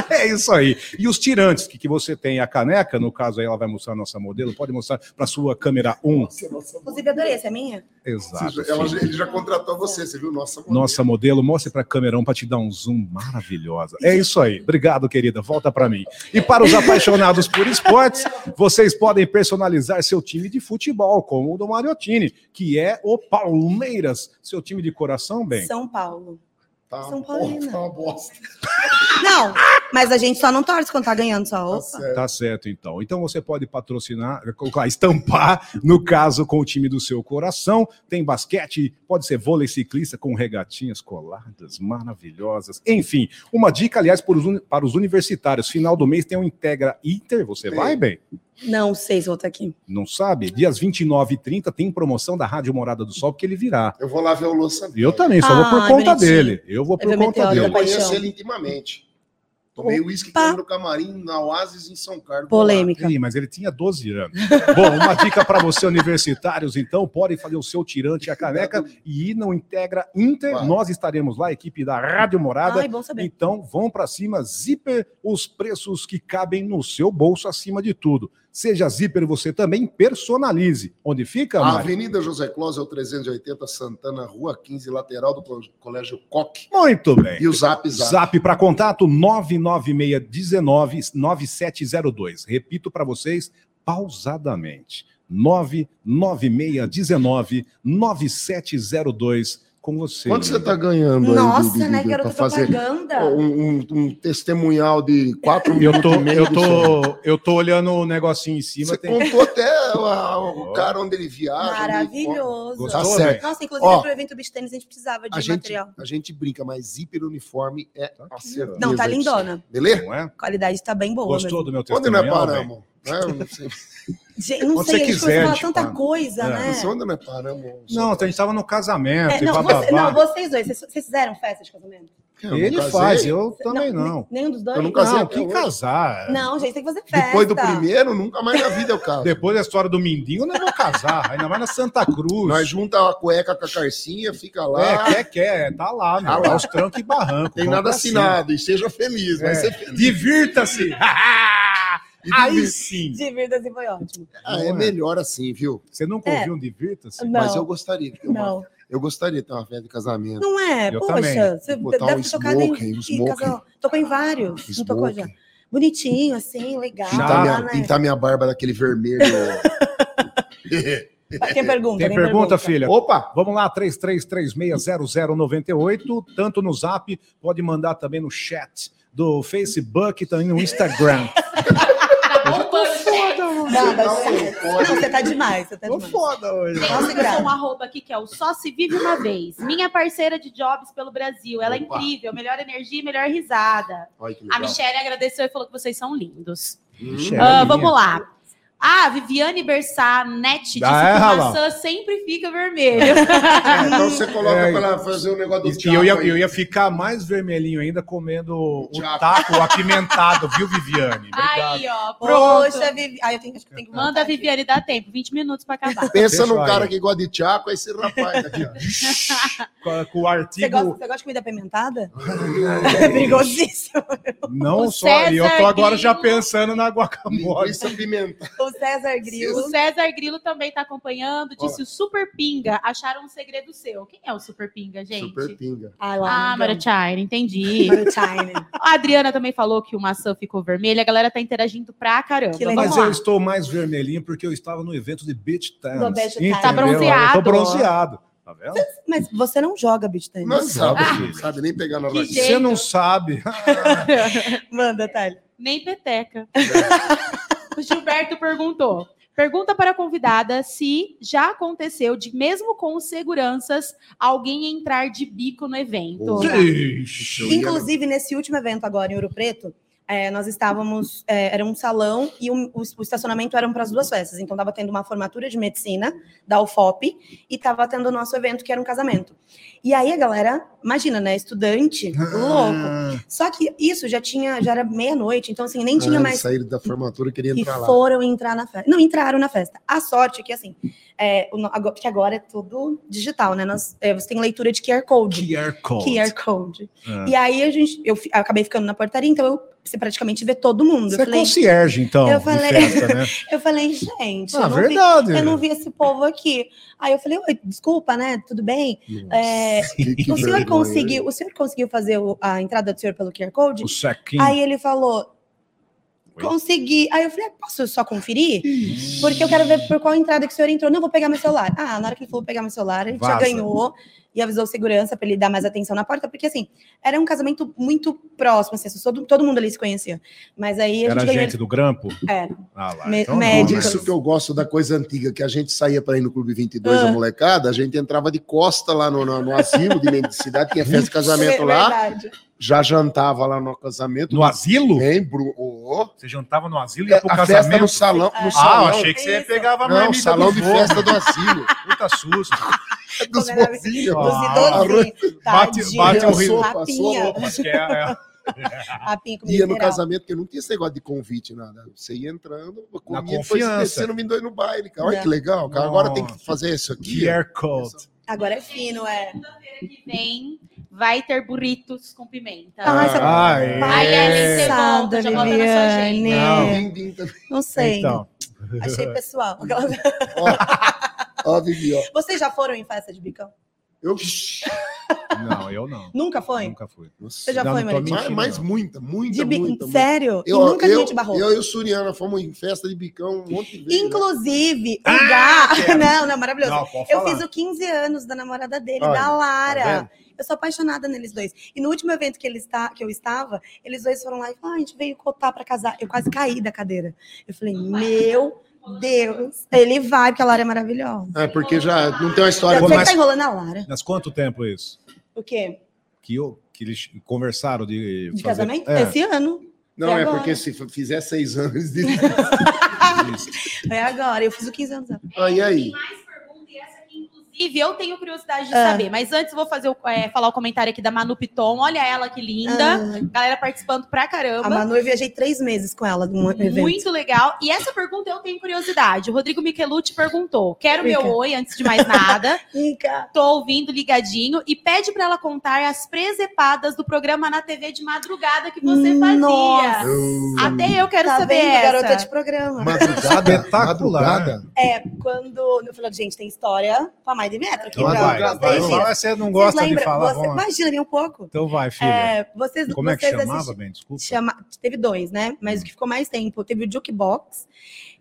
S4: É isso aí. E os tirantes que, que você tem, a caneca, no caso aí ela vai mostrar a nossa modelo, pode mostrar para sua câmera 1.
S2: Inclusive, adorei, essa é minha?
S4: Exato.
S6: Você já- ela-
S4: filho.
S6: ele já contratou você, você viu? Nossa, mano.
S4: Nossa modelo, mostre para a câmera 1 para te dar um zoom maravilhosa. É isso aí. Obrigado, querida. Volta para mim. E para os apaixonados por esportes, vocês podem personalizar seu time de futebol, como o do Mariottini, que é o Palmeiras. Seu time de coração, bem.
S2: São Paulo.
S6: Tá
S2: São
S6: uma
S2: Paulina.
S6: bosta, tá uma bosta.
S2: Não, mas a gente só não torce quando tá ganhando só.
S6: Tá
S2: Opa.
S6: certo.
S4: Tá certo, então. Então você pode patrocinar, colocar, estampar, no caso, com o time do seu coração. Tem basquete, pode ser vôlei ciclista com regatinhas coladas, maravilhosas. Enfim, uma dica, aliás, para os, uni- para os universitários. Final do mês tem um Integra Inter. Você
S6: Sim.
S4: vai, bem?
S2: Não sei se vou estar aqui.
S4: Não sabe? Dias 29 e 30 tem promoção da Rádio Morada do Sol, porque ele virá.
S6: Eu vou lá ver o Lô Santana.
S4: Eu também, só vou por
S2: Ah,
S4: conta
S2: bonitinho.
S4: dele. Eu vou
S2: Ele
S4: por
S2: vai
S4: conta
S2: meter a hora
S6: Eu
S4: dele.
S2: da
S6: conheço
S2: paixão.
S6: ele intimamente. Tomei uísque
S2: Opa.
S6: com ele no camarim, na Oasis, em São Carlos.
S2: Polêmica.
S4: Ih, mas ele tinha 12 anos. Bom, uma dica para você, universitários, então, pode fazer o seu tirante a caneca e ir no Integra Inter.
S6: Vai.
S4: Nós estaremos lá, a equipe da Rádio Morada.
S2: Ai, bom saber.
S4: Então, vão para cima, zíper, os preços que cabem no seu bolso acima de tudo. Seja zíper, você também personalize. Onde fica,
S6: A
S4: Mário?
S6: Avenida José Clóvis é o 380 Santana, Rua 15, lateral do co- Colégio Coque.
S4: Muito bem.
S6: E o Zap Zap.
S4: É. Zap para contato 996199702. Repito para vocês pausadamente. 996199702 com você. tá
S6: Quanto você tá está ganhando aí,
S2: Nossa,
S6: Bibi,
S2: né,
S6: Bibi,
S2: quero
S6: pra
S2: propaganda.
S6: fazer um, um- um testemunhal de quatro
S4: Eu
S6: minutos
S4: tô,
S6: e meio
S4: eu
S6: do seu-
S4: tô, eu tô olhando o negocinho em cima.
S6: Você
S4: tem-
S6: contou até a- o cara onde ele viaja. onde ele
S2: Maravilhoso.
S4: Gostou,
S6: Tá certo.
S4: velho?
S2: Nossa, inclusive
S6: Ó,
S2: pro evento Beach Tênis a gente precisava de
S6: A gente,
S2: material.
S6: a gente brinca, mas zíper uniforme é a certeza.
S2: Não, tá
S6: aí pra
S2: lindona.
S6: você. Beleza?
S4: Não é?
S2: A qualidade tá bem boa.
S4: Gostou do meu
S6: Onde nós
S4: testemunho?
S6: paramos? Né? Eu Não, sei.
S2: mesmo. Gente, não
S4: Quando
S2: sei,
S4: você
S2: a gente começou
S4: quiser,
S2: a falar
S4: tipo,
S2: tanta
S4: ah,
S2: coisa,
S4: é.
S2: né?
S6: Não sei onde nós paramos.
S4: Não, a gente tava no casamento
S2: É,
S4: e
S2: não,
S4: bababá.
S2: você- não, vocês dois, vocês, vocês fizeram festa de casamento?
S6: Eu
S4: Ele
S6: não casei.
S4: faz, eu também não.
S2: Nenhum dos dois?
S6: Eu não casei
S4: Não,
S6: até
S4: que
S6: hoje.
S4: casar.
S2: Não, gente, tem que fazer festa.
S6: Depois do primeiro, nunca mais na vida eu caso.
S4: Depois da história do Mindinho, eu não vou casar. Ainda mais na Santa Cruz.
S6: Nós junta a cueca com a carcinha, fica lá.
S4: É, quer, quer, tá lá, meu.
S6: Tá lá.
S4: Tá os trancos e barrancos.
S6: Tem
S4: vamos
S6: nada
S4: pra cima.
S6: assinado. E seja feliz, vai
S4: assim. É.
S6: ser feliz.
S4: Divirta-se!
S6: E
S4: Aí
S6: divir-
S4: sim!
S2: Divirta-se, foi ótimo.
S6: Ah, é melhor assim, viu?
S4: Você nunca
S2: É.
S4: ouviu um divirta-se?
S2: Não.
S6: Mas eu gostaria de ter uma.
S2: Não,
S6: Eu gostaria de ter uma festa de casamento.
S2: não é?
S4: Eu
S2: Poxa,
S4: também.
S2: você
S6: Vou botar
S2: deve
S6: um
S2: ter tocado em,
S6: smoking, um
S2: em
S6: smoking.
S2: casal. Tocou em vários, não tocou já.
S6: Smoking.
S2: Bonitinho, assim, legal.
S4: Já.
S6: Pintar,
S2: lá,
S6: minha,
S2: né?
S6: pintar minha barba daquele vermelho.
S2: Quem pergunta?
S4: Tem
S2: quem
S4: pergunta, filha?
S6: Opa!
S4: Vamos lá, 33360098, tanto no zap, pode mandar também no chat do Facebook e também no Instagram.
S8: Tá
S2: Não, mas-
S6: Não,
S2: não, você tá demais, você tá demais.
S4: foda hoje.
S8: Tem
S2: Nossa,
S8: uma
S2: graça.
S8: pessoa, um arroba aqui que é o Só Se Vive Uma Vez. Minha parceira de jobs pelo Brasil. Ela
S6: Opa.
S8: é incrível, melhor energia e melhor risada.
S6: Olha que legal.
S8: A Michelle agradeceu e falou que vocês são lindos.
S6: Hum.
S4: Michele.
S8: Ah,
S4: minha.
S8: vamos lá. Ah, Viviane Bersá, Net, disse
S4: Ah, é,
S8: que
S4: olha lá.
S8: maçã sempre fica vermelha.
S6: Ah, então você coloca
S4: É.
S6: pra ela fazer o negócio do
S4: E eu ia,
S6: tchau aí.
S4: eu ia ficar mais vermelhinho ainda comendo o
S6: Tchau.
S4: taco apimentado, viu, Viviane? Obrigado.
S8: Aí, ó, pronto.
S2: Poxa, Vivi. Ah, eu tenho, acho que eu tenho que
S8: Manda a Viviane dá tempo, 20 minutos pra acabar.
S6: Pensa num
S4: Deixa
S6: cara
S4: aí.
S6: que gosta de tchaco, é esse rapaz aqui. ó.
S4: Com- Com o
S2: Você
S4: artigo
S2: gosta, você gosta de comida apimentada? É perigosíssimo.
S4: Não
S8: O
S4: só aí, eu tô
S8: César
S4: agora já
S8: Guilherme.
S4: pensando na guacamole.
S6: Linguiça pimenta.
S2: O César Grilo.
S8: O César Grilo também tá acompanhando, disse o Super Pinga, acharam um segredo seu. Quem é o Super Pinga, gente?
S6: Super pinga.
S2: Ah,
S8: Ah, Marochair, entendi.
S2: Marochaine.
S8: A Adriana também falou que o maçã ficou vermelha. A galera tá interagindo pra caramba.
S2: Que legal.
S4: Mas
S8: Vamos
S4: eu
S8: lá.
S4: estou mais vermelhinho porque eu estava no evento de beach tennis.
S2: Do beach tennis.
S4: entendeu?
S2: Tá
S8: bronzeado.
S4: Eu tô bronzeado. Tá vendo?
S2: Mas você não joga beat tennis.
S6: Não sabe,
S4: Ah.
S6: filho. sabe nem pegar na
S8: Que
S6: vaquinha.
S8: jeito.
S4: Você não sabe.
S2: Manda, Thalia.
S8: Nem peteca. o Gilberto perguntou. Pergunta para a convidada se já aconteceu de, mesmo com os seguranças, alguém entrar de bico no evento.
S6: Sim.
S4: Ixi.
S6: Eu ia- né?
S2: Inclusive, nesse último evento agora em Ouro Preto, é, nós estávamos, é, era um salão e um- o, o estacionamento eram para as duas festas. Então, estava tendo uma formatura de medicina da UFOP e estava tendo o nosso evento, que era um casamento. E aí a galera, imagina, né? Estudante,
S6: Ah.
S2: louco. Só que isso já tinha, já era meia-noite, então assim, nem tinha mais
S6: Saíram da formatura e queria
S2: e
S6: entrar lá.
S2: foram entrar na festa. Não, entraram na festa. A sorte é que, assim, é, o no- agora- porque agora é tudo digital, né? Nós, é, você tem leitura de QR Code.
S7: QR Code.
S2: QR Code.
S7: Ah.
S2: E aí a gente, eu, fi- eu acabei ficando na portaria, então eu você praticamente vê todo mundo.
S7: Você
S2: eu,
S7: é
S2: falei,
S7: concierge, então.
S2: Eu
S7: de
S2: falei-
S7: festa, né?
S2: eu falei, gente,
S7: Ah,
S2: eu, não vi,
S7: verdade.
S2: eu não vi esse povo aqui. Aí eu falei, oi, desculpa, né? Tudo bem? É,
S6: Que- que
S2: o, senhor
S6: vergonha.
S2: conseguiu, o senhor conseguiu fazer o- a entrada do senhor pelo QR Code?
S7: O sequinho.
S2: Aí ele falou:
S7: Oi?
S2: consegui. Aí eu falei: ah, posso só conferir? Porque eu quero ver por qual entrada que o senhor entrou. Não, vou pegar meu celular. Ah, na hora que ele falou pegar meu celular, ele já
S7: Vaza.
S2: ganhou e avisou o segurança para ele dar mais atenção na porta, porque assim, era um casamento muito próximo, assim, todo, todo mundo ali se conhecia. Mas aí a
S7: Era
S2: gente ganhou. é,
S7: gente do grampo?
S2: Era.
S7: Ah, lá.
S2: Me-
S7: então não,
S6: Por
S2: médico.
S7: né?
S6: isso que eu gosto da coisa antiga, que a gente saía para ir no Clube 22, a
S2: Ah.
S6: molecada, a gente entrava de costa lá no, no, no asilo de mendicidade, tinha festa de casamento lá,
S2: Verdade.
S6: já jantava lá no casamento.
S7: No asilo?
S2: É.
S6: Hein, Bruno? Ô,
S7: Você jantava no asilo e
S6: É,
S7: ia pro
S6: a festa no
S7: casamento?
S6: salão. No
S2: Ah,
S6: salão.
S7: Ah, eu achei que você
S2: Isso.
S7: pegava a
S6: Não,
S7: marmita
S6: salão
S7: do
S6: de
S7: forno.
S6: festa do asilo.
S7: Puta susto.
S6: Dos
S2: Como era-
S6: mozinhos.
S7: Ah,
S2: Os idosinhos.
S7: Bate, bate o
S6: Passou,
S7: rio.
S6: passou,
S2: Rapinha,
S7: Mas que é- é-
S2: rapinha com
S6: Ia no
S2: mineral.
S6: casamento, porque não tinha esse negócio de convite, nada. Você ia entrando, comia, depois
S7: confiança.
S6: descendo, me dois no baile, cara. Olha
S2: Não.
S6: que legal, cara. Agora tem que
S7: Nossa.
S6: fazer isso aqui. ó.
S7: QR Code.
S2: Agora é fino, é.
S8: Segunda-feira que vem vai ter burritos com pimenta.
S2: Ah, essa-
S7: Ah, é.
S8: Vai, Ellen, você volta,
S2: Sada,
S8: já bota na sua
S2: Viviane.
S8: agenda.
S7: Não.
S6: Din, din, também.
S2: Não sei.
S7: Então,
S2: Achei pessoal.
S6: Ó, Vivi, ó.
S2: Vocês já foram em festa de bicão?
S6: Eu...
S7: não, eu não.
S2: Nunca foi?
S7: Nunca fui.
S6: Nossa,
S2: Você já
S7: Não,
S2: foi,
S7: não tô
S2: Maritinho?
S7: mentindo,
S6: mas, mas
S7: não.
S6: muita, muita,
S2: De bi-
S6: muita. muita.
S2: Sério?
S6: Eu,
S2: e nunca
S6: eu,
S2: a gente barrou.
S6: Eu e o Suriana fomos em festa de bicão um monte de vezes. né? Ah!
S2: Inclusive, o Gá. Não, não, maravilhoso.
S7: Não, pode
S2: eu
S7: falar.
S2: fiz o 15 anos da namorada dele,
S6: Olha,
S2: da Lara.
S6: tá
S2: eu sou apaixonada neles dois. E no último evento que, ele está, que eu estava, eles dois foram lá e falaram: ah, a gente veio cotar pra casar. Eu quase caí da cadeira. Eu falei: meu Deus, ele vai, porque a Lara é maravilhosa.
S6: É, porque já não tem uma história
S2: Você que
S6: mais.
S2: tá enrolando a Lara.
S7: Mas quanto tempo é isso?
S2: O quê?
S7: Que, eu, que eles conversaram de.
S2: De
S7: fazer-
S2: casamento?
S7: É.
S2: Esse ano.
S6: Não, é
S2: agora.
S6: porque se f- fizer seis anos de.
S2: É agora. Eu fiz o 15 anos. agora.
S6: Ah, e aí?
S8: Tem mais pergunta e essa aqui, inclusive, eu tenho curiosidade de
S2: Ah.
S8: saber. Mas antes, eu vou fazer o- é, falar o comentário aqui da Manu Piton. Olha ela que linda.
S2: Ah,
S8: Galera participando pra
S2: a
S8: caramba.
S2: Manu, eu viajei três meses com ela num evento.
S8: Muito legal. E essa pergunta eu tenho curiosidade. O Rodrigo Michelucci perguntou: Quero meu
S2: Fica.
S8: oi antes de mais nada.
S2: Rica.
S8: Tô ouvindo ligadinho e pede pra ela contar as presepadas do programa na TV de madrugada que você fazia.
S2: Nossa.
S8: Até eu quero
S2: tá
S8: saber
S2: vendo,
S8: essa.
S2: garota de programa.
S6: Madrugada,
S7: Espetacular.
S6: madrugada.
S2: É, quando eu falei, gente, tem história pra mais de metro aqui.
S7: Então
S2: pra-
S7: vai,
S2: pra
S7: vai,
S2: vocês. Vocês
S7: vai. Você não gosta
S2: lembram-
S7: de falar.
S2: você-
S7: vamos lá.
S2: imagina, nem um pouco.
S7: Então vai, filha.
S2: É, vocês,
S7: Como é que
S2: vocês
S7: chamava,
S2: assisti-
S7: bem? Desculpa.
S2: chama- Teve dois, né? Mas o que ficou mais tempo, teve o Jukebox.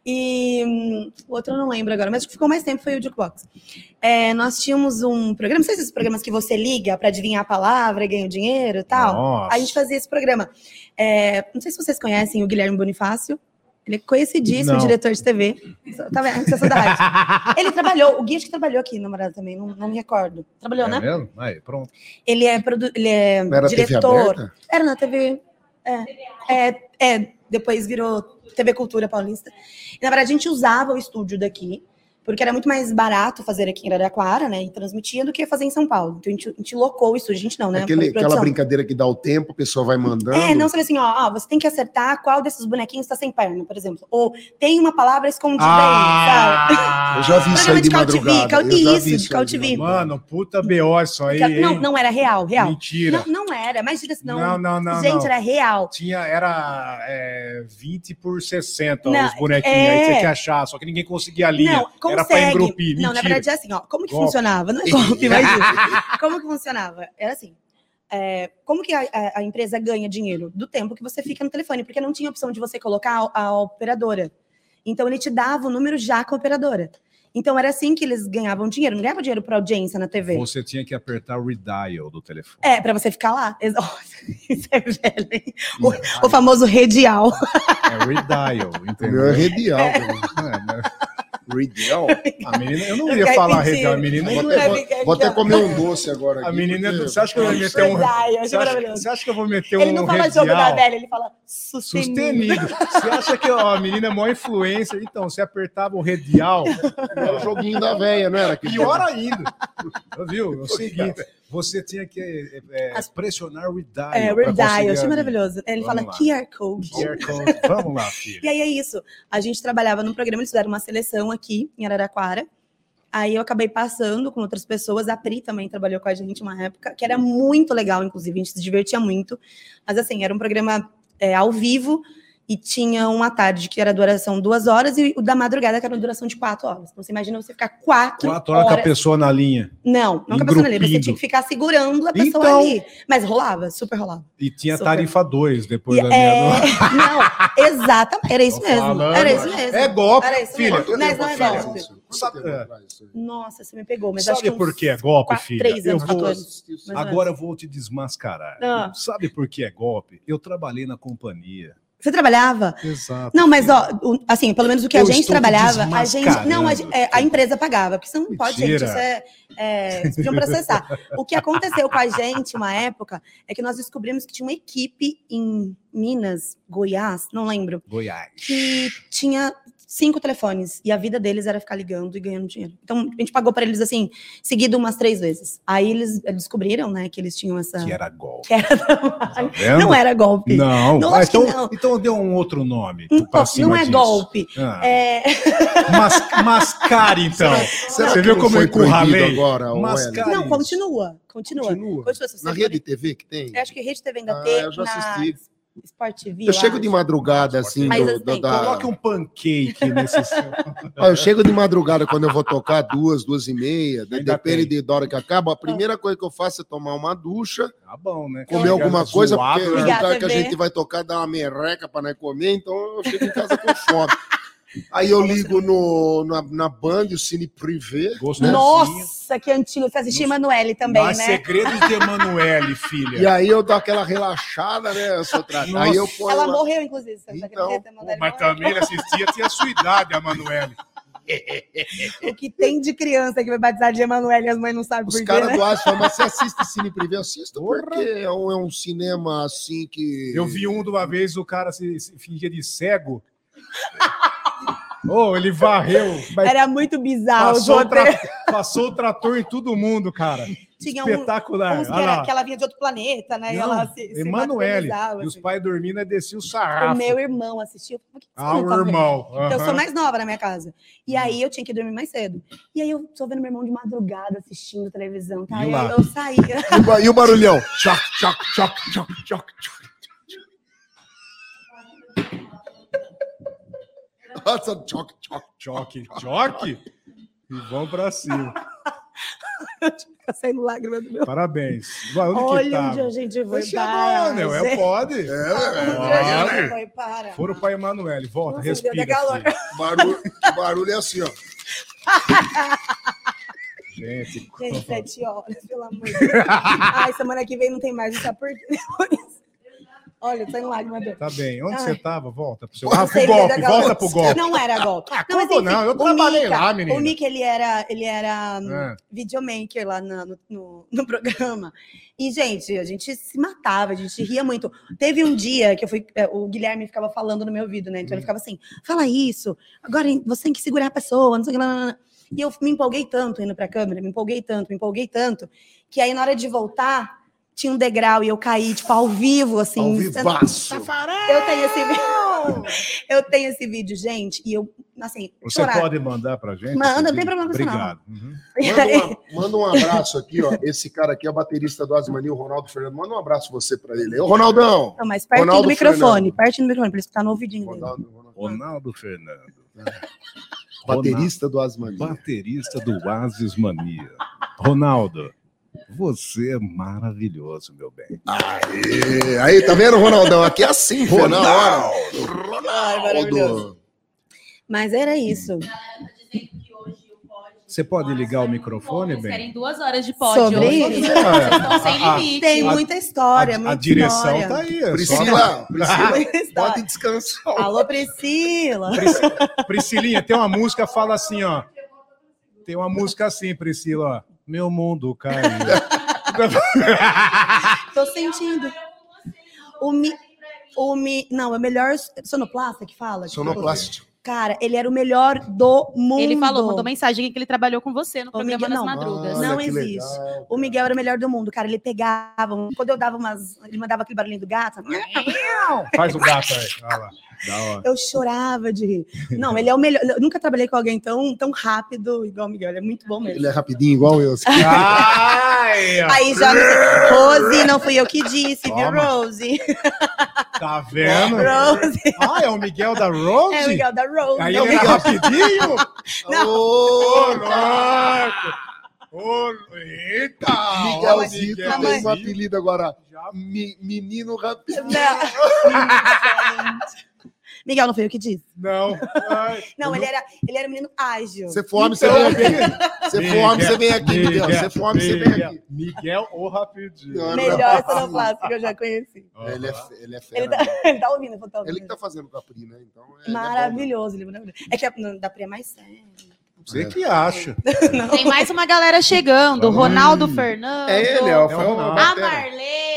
S2: E hum, o outro eu não lembro agora, mas o que ficou mais tempo foi o Jukebox. É, nós tínhamos um programa, não sei se esses programas que você liga pra adivinhar a palavra e ganha o dinheiro e tal.
S7: Nossa.
S2: A gente fazia esse programa. É, não sei se vocês conhecem o Guilherme Bonifácio. Ele é conhecidíssimo
S7: Não.
S2: diretor de TV. Tá vendo? Sessão da rádio. Ele trabalhou, o Gui acho que trabalhou aqui na Morada também, não, não me recordo. Trabalhou,
S7: É
S2: né?
S7: mesmo? Aí, pronto.
S2: Ele é, produ- ele é
S6: Não era TV
S2: diretor. né,
S6: aberta?
S2: Era na TV. É, é, é, depois virou TV Cultura Paulista. E, na verdade, a gente usava o estúdio daqui, porque era muito mais barato fazer aqui em Araraquara, né? E transmitia do que fazer em São Paulo. Então a gente, a gente locou o estúdio, a gente não, né?
S6: Aquele,
S2: Produção.
S6: aquela brincadeira que dá o tempo, a pessoa vai mandando.
S2: É, não sabe assim, ó, ó, você tem que acertar qual desses bonequinhos tá sem perna, por exemplo. Ou tem uma palavra escondida
S7: Ah,
S2: aí, sabe?
S6: Eu já vi isso aí
S2: Ah, Programa
S6: de
S2: de Caltivi,
S6: madrugada. Eu já vi
S2: Caltivi,
S6: isso
S2: isso,
S6: aí
S2: de Caltivi.
S7: Mano, puta BO isso aí. hein?
S2: Não, não era real, real.
S7: Mentira.
S2: Não, não era, imagina se não.
S7: Não, não, não.
S2: Gente,
S7: não.
S2: era real.
S7: Tinha, era é, 20 por 60
S2: Não,
S7: os bonequinhos. Aí
S2: é.
S7: tinha que achar, só que ninguém conseguia a linha.
S2: Não, consegue.
S7: Era pra engrupir.
S2: Não, na
S7: mentira.
S2: verdade é assim, ó. Como que
S7: Golpe.
S2: funcionava? Não é golpe, mas isso. Como que funcionava? Era assim. é, como que a, a- a empresa ganha dinheiro? Do tempo que você fica no telefone, porque não tinha opção de você colocar a, a operadora. Então ele te dava o número já com a operadora. Então era assim que eles ganhavam dinheiro. Não ganhava dinheiro para audiência na TV.
S7: Você tinha que apertar o redial do telefone.
S2: É, pra você ficar lá. Exa- Isso é velho, hein? O, o famoso redial.
S7: É redial,
S6: O meu é
S7: entendeu?
S6: redial.
S7: É, né?
S6: Ridial?
S4: A menina, eu não
S2: Eu
S4: ia
S2: quero
S4: falar
S2: pedir.
S4: regal, a menina.
S6: Vou
S2: Vai
S6: até,
S2: ficar
S6: vou até
S2: aqui, ó.
S6: comer um doce agora.
S4: A
S6: aqui,
S4: menina,
S6: porque-
S4: você acha que eu ia meter um.
S2: Ai, eu achei
S4: Você acha,
S2: é maravilhoso.
S4: você acha que eu vou meter
S2: Ele
S4: um
S2: não fala jogo da
S4: redial?
S2: velha, ele fala sustenido.
S4: Sustenido. Você acha que ó, a menina é mó influência? Então, você apertava o redial,
S6: É o joguinho da velha, não era? Que
S4: pior ainda. Viu? É o seguinte, você tinha que é, é, pressionar o redial.
S2: É,
S4: pra
S2: Redeye, eu
S4: conseguir
S2: achei
S4: a-
S2: maravilhoso. Ele
S4: Vamos
S2: fala
S4: lá.
S2: QR Code.
S4: QR Code. Vamos lá, filho.
S2: E aí é isso. A gente trabalhava num programa, eles fizeram uma seleção aqui em Araraquara. Aí eu acabei passando com outras pessoas. A Pri também trabalhou com a gente uma época, que era muito legal, inclusive, a gente se divertia muito. Mas assim, era um programa é, ao vivo e tinha uma tarde que era duração duas horas e o da madrugada que era duração de quatro horas. Então você imagina você ficar quatro,
S4: Quatro horas com a pessoa na linha.
S2: Não, não com a pessoa ali. Você
S4: Engrupido.
S2: tinha que ficar segurando a pessoa
S4: Então-
S2: ali. Mas rolava, super rolava.
S4: E tinha
S2: Super.
S4: tarifa 2 depois da
S2: E-
S4: meia-noite.
S2: é, não, exatamente, era isso
S4: Tô
S2: mesmo.
S4: falando,
S2: era isso mesmo.
S4: É golpe,
S2: Era isso
S4: filho.
S2: mesmo. Mas não é
S6: faz
S2: golpe.
S6: isso? Quanto
S4: Sabe-
S6: tempo faz isso?
S2: Nossa, você me pegou, mas acho que
S4: Sabe
S2: uns
S4: por que é golpe,
S2: quatro-
S4: filho?
S2: três
S4: Eu
S2: anos, quatro
S4: vou,
S2: anos. mais ou
S4: agora eu vou te desmascarar.
S8: Ah.
S4: Sabe por que é golpe? Eu trabalhei na companhia.
S2: Você trabalhava?
S4: Exato.
S2: Não, mas ó, o- assim, pelo menos o que
S4: Eu
S2: a gente
S4: estou
S2: trabalhava, a gente.
S4: desmascarando.
S2: Não, a, gen- é, a empresa pagava, porque senão não pode, gente.
S4: Mentira.
S2: Isso é, é, vocês podiam processar. o que aconteceu com a gente uma época é que nós descobrimos que tinha uma equipe em Minas, Goiás, não lembro.
S4: Goiás.
S2: que tinha cinco telefones e a vida deles era ficar ligando e ganhando dinheiro. Então a gente pagou para eles assim, seguido umas três vezes. Aí eles eh, descobriram, né, que eles tinham essa
S4: Que era golpe.
S2: que era
S4: Tá
S2: trabalho.
S4: vendo?
S2: Não era golpe.
S4: Não,
S2: Não,
S4: Ah,
S2: acho que
S4: então,
S2: não.
S4: então deu um outro nome.
S2: Não,
S4: pra cima
S2: não é
S4: disso.
S2: golpe.
S4: Ah.
S2: É,
S4: Mas, mascara, então.
S6: Será
S4: Você
S6: que
S4: viu
S6: não
S4: como
S6: foi
S4: eu encurralei?
S6: proibido agora, o
S4: Mascara-
S2: não,
S4: isso.
S2: continua, continua.
S6: Continua.
S2: Continua, se você
S6: Na
S2: for-
S6: rede TV que tem?
S2: Eu acho que Rede TV ainda
S6: Ah,
S2: tem.
S6: eu já
S2: na
S6: assisti.
S2: Sport TV.
S6: Eu chego de
S2: acho.
S6: madrugada, assim,
S2: Mas
S6: do-
S2: assim,
S6: do- da...
S4: Coloque um pancake nesse seu.
S6: Ó, eu chego de madrugada quando eu vou tocar, duas, duas e meia, de-
S4: Ainda
S6: depende
S4: tem.
S6: de- da hora que
S2: Tá.
S6: acaba. A primeira coisa que eu faço é tomar uma ducha,
S4: Tá bom, né?
S6: comer alguma coisa,
S4: Zoado,
S6: porque o
S4: né?
S2: Obrigada,
S6: lugar que a
S2: TV.
S6: gente vai tocar dá uma merreca para nós comer, então eu fico em casa com fome. Aí eu ligo no, na, na Band, o Cine Privé.
S4: Gostosinho.
S2: Nossa, que antigo. Você assistia Emanuele também,
S4: Mas
S2: né?
S4: Segredos de Emanuele, filha.
S6: E aí eu dou aquela relaxada, né, Sotrate? Aí eu ponho.
S2: Ela
S6: uma-
S2: morreu, inclusive. Você
S6: Então,
S2: acredita, Emanuele?
S4: Mas
S2: morreu.
S4: também ele assistia, tinha a sua idade, a Manuela.
S2: O que tem de criança que vai batizar de Emanuele e as mães não sabem
S6: Os
S2: por quê,
S6: caras
S2: né?
S6: do Aço falam, mas você assiste Cine Privé? Eu assisto
S4: Porra.
S6: porque é um, é um cinema assim que.
S4: Eu vi um de uma vez, o cara se, se fingia de cego. Oh, ele varreu. mas
S2: Era muito bizarro. Ah, os
S4: passou, o
S2: outros-
S4: tra- passou o trator em todo mundo, cara.
S2: Tinha um,
S4: Espetacular.
S2: uns que,
S4: Olha
S2: era,
S4: lá.
S2: que ela vinha de outro planeta, né? e
S4: Não,
S2: ela se, se
S4: Emanuele.
S2: materializava,
S4: E os
S2: assim.
S4: pais dormindo, aí descia o
S2: O
S4: sarrafo.
S2: meu irmão assistiu. Por que que você
S4: Ah,
S2: não
S4: o
S2: tá vendo?
S4: irmão.
S2: Eu
S4: aham. Uhum.
S2: sou mais nova na minha casa. E aí eu tinha que dormir mais cedo. E aí eu tô vendo meu irmão de madrugada assistindo televisão. Tá?
S4: E
S2: E
S4: lá?
S2: aí eu saía.
S6: E o ba- E o barulhão? Choc, choc, choc, choc, choc, choc. Nossa, choc, choc.
S4: Choque, choque. E vão pra cima.
S2: Fica saindo lágrima do meu.
S4: Parabéns. Vai, Onde que
S2: Olha
S4: tá?
S2: onde a gente foi.
S4: Você chamou,
S2: parar,
S4: né?
S2: gente.
S4: É, pode.
S2: Onde
S6: é,
S2: a gente
S4: Pode.
S2: foi parar.
S4: Foram pra Emanuele. Volta,
S2: Nossa, é
S4: respira.
S2: deu até calor.
S4: filho.
S6: Barulho, que barulho é assim, ó.
S4: Gente,
S2: Gente, sete horas, pelo amor de Deus. Ai, semana que vem não tem mais, sabe por quê? Olha, tá em lágrima dor.
S4: tá bem. Onde
S2: Ai.
S4: você tava? Volta pro seu.
S2: Não
S4: Ah,
S2: sei
S4: pro
S2: se
S4: golpe,
S2: era golpe.
S4: volta pro golpe.
S2: Não era golpe. mas
S4: Ah, como
S2: enfim,
S4: não? Eu
S2: o
S4: trabalhei
S2: Mika-
S4: lá, menina.
S2: O Mick, ele era, ele era hum,
S4: É.
S2: videomaker lá na- no, no- no programa. E, gente, a gente se matava, a gente ria muito. Teve um dia que eu fui. é, O Guilherme ficava falando no meu ouvido, né?
S4: Hum.
S2: Então ele ficava assim: fala isso, agora você tem que segurar a pessoa, não sei o que. lá, lá, lá." E eu me empolguei tanto indo pra câmera, me empolguei tanto, me empolguei tanto, que aí na hora de voltar, tinha um degrau e eu caí, tipo, ao vivo, assim.
S6: Ao
S2: instantâneo.
S6: vivaço.
S2: Eu tenho esse vídeo. Eu tenho esse vídeo, gente, e eu, assim,
S4: Você pode mandar pra gente?
S2: Manda,
S4: esse
S2: não tem
S4: vídeo?
S2: problema com isso, não.
S4: Obrigado. Uhum.
S6: Manda, uma- manda um abraço aqui, ó. Esse cara aqui é baterista do Asmanil, Ronaldo Fernando. Manda um abraço você pra ele. Ô, Ronaldão!
S2: Não, mas perto
S6: Ronaldo
S2: do microfone,
S6: Fernando.
S2: perto do microfone, pra ele escutar no ouvidinho dele.
S6: Ronaldo, Ronaldo. É.
S4: Ronaldo Fernando,
S6: Baterista do Asmanil.
S4: baterista do Asis Mania. Ronaldo, você é maravilhoso, meu bem.
S6: Aê, aí, tá vendo, Ronaldão? Aqui é assim, filho, na hora.
S2: Ai, maravilhoso. Mas era isso.
S8: Dizendo que hoje o pod
S4: Você pode ligar o microfone,
S8: Vocês
S4: bem?
S8: querem duas horas de pódio.
S2: Sobre
S8: hoje.
S2: isso.
S8: Vocês estão sem
S4: Ah,
S8: limite.
S2: Tem
S4: A-
S2: muita história,
S4: a,
S2: muita
S4: a direção
S2: história.
S4: tá aí. é só-
S6: Priscila, Priscila,
S2: Muita história.
S6: pode então. descansar.
S2: Alô, Priscila.
S4: Prisci- Priscilinha, tem uma música, fala assim, ó. Tem uma música assim, Priscila, ó. Meu mundo caiu.
S2: Tô sentindo. O mi... O mi... Não, é o melhor sonoplasta que fala? Tipo,
S6: Sonoplástico.
S2: Cara, ele era o melhor do mundo.
S8: Ele falou, mandou mensagem aqui que ele trabalhou com você no
S2: Ô,
S8: programa
S2: Miguel,
S8: das
S2: não.
S8: madrugas.
S2: Não
S6: que
S2: existe.
S6: legal.
S2: O Miguel era o melhor do mundo, cara. Ele pegava. um- Quando eu dava umas. Ele mandava aquele barulhinho do gato.
S4: Faz o gato aí. Olha lá. Da hora.
S2: Eu chorava de rir. Não, ele é o melhor. Eu nunca trabalhei com alguém tão, tão rápido igual o Miguel. Ele é muito bom mesmo.
S6: Ele é rapidinho, igual eu. assim.
S4: Ai, ó.
S2: Aí já. Rose, não fui eu que disse, viu,
S4: Toma.
S2: Rose?
S4: tá vendo?
S2: Rose.
S4: Ah, é o Miguel da Rose?
S2: É o Miguel da Rose.
S4: Aí
S2: não,
S4: ele era rapidinho? Ô,
S6: Ô,
S4: louco! Ô, eita! ó,
S6: Miguelzito
S4: Miguelzinho.
S6: tem um apelido agora. Mi- menino rapidinho.
S2: Miguel, não foi eu que disse.
S4: Não. Ai,
S2: Não, ele era, ele era um menino ágil.
S6: Você fome, você
S4: Então,
S6: vem aqui. Você
S4: Miguel,
S6: fome, você vem aqui, Miguel. Você fome, você vem
S4: Miguel,
S6: aqui.
S4: Miguel ou rapidinho?
S6: Não,
S2: Melhor sonoplasta que eu já conheci.
S4: Ó,
S6: Ele é,
S4: lá.
S6: fe- ele é
S2: Ele
S6: fera.
S2: tá, ele tá ouvindo, eu vou tá ouvindo.
S6: Ele que tá fazendo com a Pri, né? Então, é- ele é bom, né?
S2: Maravilhoso, ele é maravilhoso. É que a, não, da Pri é mais sério.
S4: Você que acha.
S8: Tem mais uma galera chegando.
S4: Tá
S8: Ronaldo Fernando.
S6: É ele, ó.
S4: É o
S6: Foi o
S4: Ronaldo.
S8: A
S6: Batera.
S8: Marley.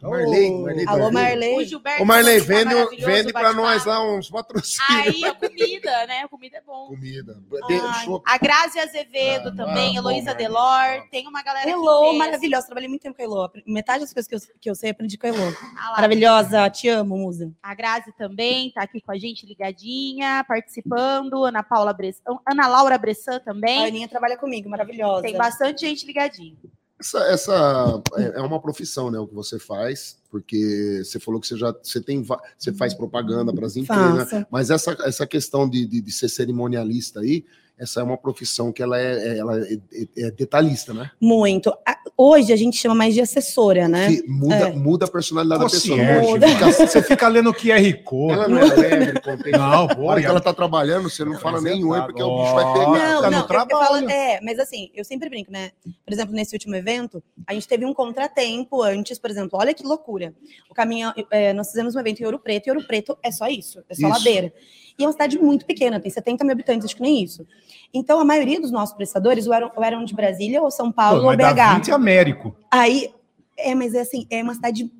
S6: Marley, Marley.
S2: Ah, Alô,
S8: O
S2: Marley.
S8: Gilberto.
S6: Ô, Marley,
S8: Santos, tá
S6: vende, um-
S8: maravilhoso,
S6: vende pra
S8: bate-papo.
S6: nós lá uns patrocínios.
S8: Aí, a comida, né? A comida é bom.
S6: Comida. Bem,
S2: Ai.
S6: chopp.
S8: A Grazi Azevedo
S6: Ah,
S8: também,
S6: bom,
S8: Heloísa
S6: bom,
S8: Delor.
S6: bom.
S8: Tem uma galera que
S2: Elô,
S8: fez.
S2: maravilhosa. Trabalhei muito tempo com a Elô. Metade das coisas que eu, que eu sei, aprendi com a Elô.
S8: Ah lá,
S2: Maravilhosa, te amo, musa.
S8: A Grazi também tá aqui com a gente ligadinha, participando. Ana Paula Bressan, Ana Laura Bressan
S2: A
S8: também.
S2: Aninha trabalha comigo, maravilhosa.
S8: Tem bastante gente ligadinha.
S6: Essa, essa é- é uma profissão, né? O que você faz, porque você falou que você já você tem, va- você faz propaganda para as empresas.
S4: né?
S2: Faça.
S6: Mas essa, essa questão de, de, de ser cerimonialista aí, essa é uma profissão que ela é, é- ela é, é- é detalhista, né?
S2: Muito. A- Hoje a gente chama mais de assessora, né?
S6: Que muda,
S2: É.
S6: muda a personalidade da
S4: Concierge,
S6: pessoa.
S4: mano.
S6: assim? Não fica-
S4: né? Você fica lendo QR Code.
S6: ela não é alegre, contente.
S4: Não,
S6: A hora que
S4: boa.
S6: ela tá trabalhando, você não é fala nem oi, porque o bicho vai
S4: Ó,
S6: pegar.
S4: tá no
S2: eu- eu
S4: trabalho.
S2: falo- é, mas assim, eu sempre brinco, né? Por exemplo, nesse último evento, a gente teve um contratempo antes, por exemplo, olha que loucura. O caminho, é, nós fizemos um evento em Ouro Preto, e Ouro Preto é só isso, é só
S6: Isso.
S2: ladeira. E é uma cidade muito pequena, tem 70 mil habitantes, acho que nem isso. Então, a maioria dos nossos prestadores ou eram, ou eram de Brasília, ou São Paulo,
S4: Pô,
S2: ou
S4: mas dá
S2: BH.
S4: 20 Américo.
S2: Aí, é, mas é assim, é uma cidade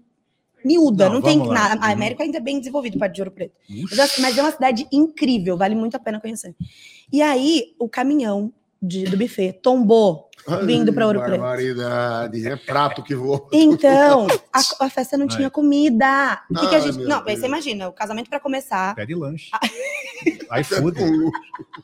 S2: miúda,
S4: Não,
S2: não, tem
S4: vamos lá. Uhum.
S2: nada. A América ainda é bem desenvolvida, parte de Ouro Preto. Mas, é- mas é uma cidade incrível, vale muito a pena conhecer. E aí, o caminhão de- do buffet tombou. Vindo pra Ouro Preto.
S6: Barbaridade, é prato que voa.
S2: Então, a, a festa não
S4: Ai.
S2: tinha comida. O que, que a
S6: Ai,
S2: gente.
S6: meu
S2: Não, aí
S6: Deus.
S2: você imagina, o casamento pra começar.
S4: Pede
S6: Ah.
S4: lanche. Aí foda.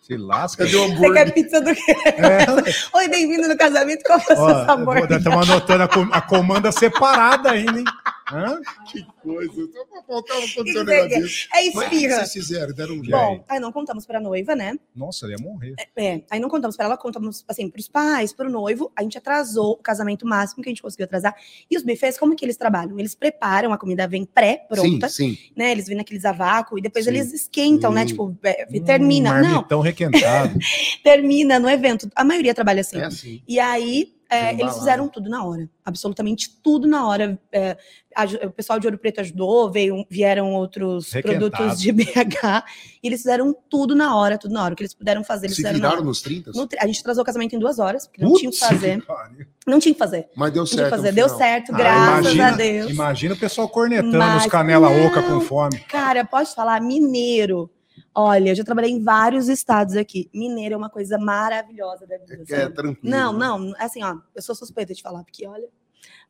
S4: Se lasca.
S6: Cadê o
S2: Você
S6: um hambúrguer?
S2: quer pizza do quê?
S4: É.
S2: Oi, bem-vindo no casamento, qual
S6: um
S2: é o seu
S4: Ó,
S2: sabor?
S4: Estamos anotando a, com- a comanda separada ainda, hein? Hã?
S6: Que coisa. Só pra faltar um
S2: que
S6: condicionado
S2: é?
S6: disso.
S2: É
S6: Mas o que
S2: espirra.
S6: vocês fizeram? Deram um
S4: E
S6: jeito.
S4: aí?
S2: Bom, aí não contamos pra noiva, né?
S4: Nossa, ele ia morrer.
S2: É, aí não contamos pra ela, contamos assim, pros pais, pro noivo. A gente atrasou o casamento máximo que a gente conseguiu atrasar. E os buffets, como que eles trabalham? Eles preparam, a comida vem pré-pronta,
S6: Sim, sim.
S2: né? Eles vêm naqueles a vácuo e depois
S6: Sim.
S2: eles esquentam, né?
S6: Hum.
S2: Tipo, é, termina.
S4: Um
S2: Não,
S4: marmitão requentado.
S2: termina no evento. A maioria trabalha assim.
S6: É né? assim.
S2: E aí, é,
S6: Desembalado.
S2: eles fizeram tudo na hora. Absolutamente tudo na hora. É, aju- o pessoal de Ouro Preto ajudou, veio, vieram outros
S4: Requentado.
S2: produtos de BH. E eles fizeram tudo na hora, tudo na hora. O que eles puderam fazer, eles
S6: Se
S2: fizeram na
S6: viraram
S2: hora.
S6: nos 30?
S2: No tri- a gente atrasou o casamento em duas horas, porque não tinha o que
S4: Putz,
S2: fazer.
S4: pariu.
S2: Não tinha o que fazer.
S6: Mas deu
S2: Não tinha o
S6: certo.
S2: que fazer.
S6: no
S2: Deu
S6: final.
S2: certo,
S6: Ah,
S2: graças
S4: imagina-
S2: a Deus.
S4: Imagina o pessoal cornetando os
S2: Mas
S4: canela
S2: não.
S4: oca com fome.
S2: Cara, posso falar? Mineiro. Olha, eu já trabalhei em vários estados aqui. Mineiro é uma coisa maravilhosa da vida.
S6: É,
S4: tá
S2: sabe?
S6: tranquilo.
S2: Não, não, assim, ó, eu sou suspeita de falar, porque olha.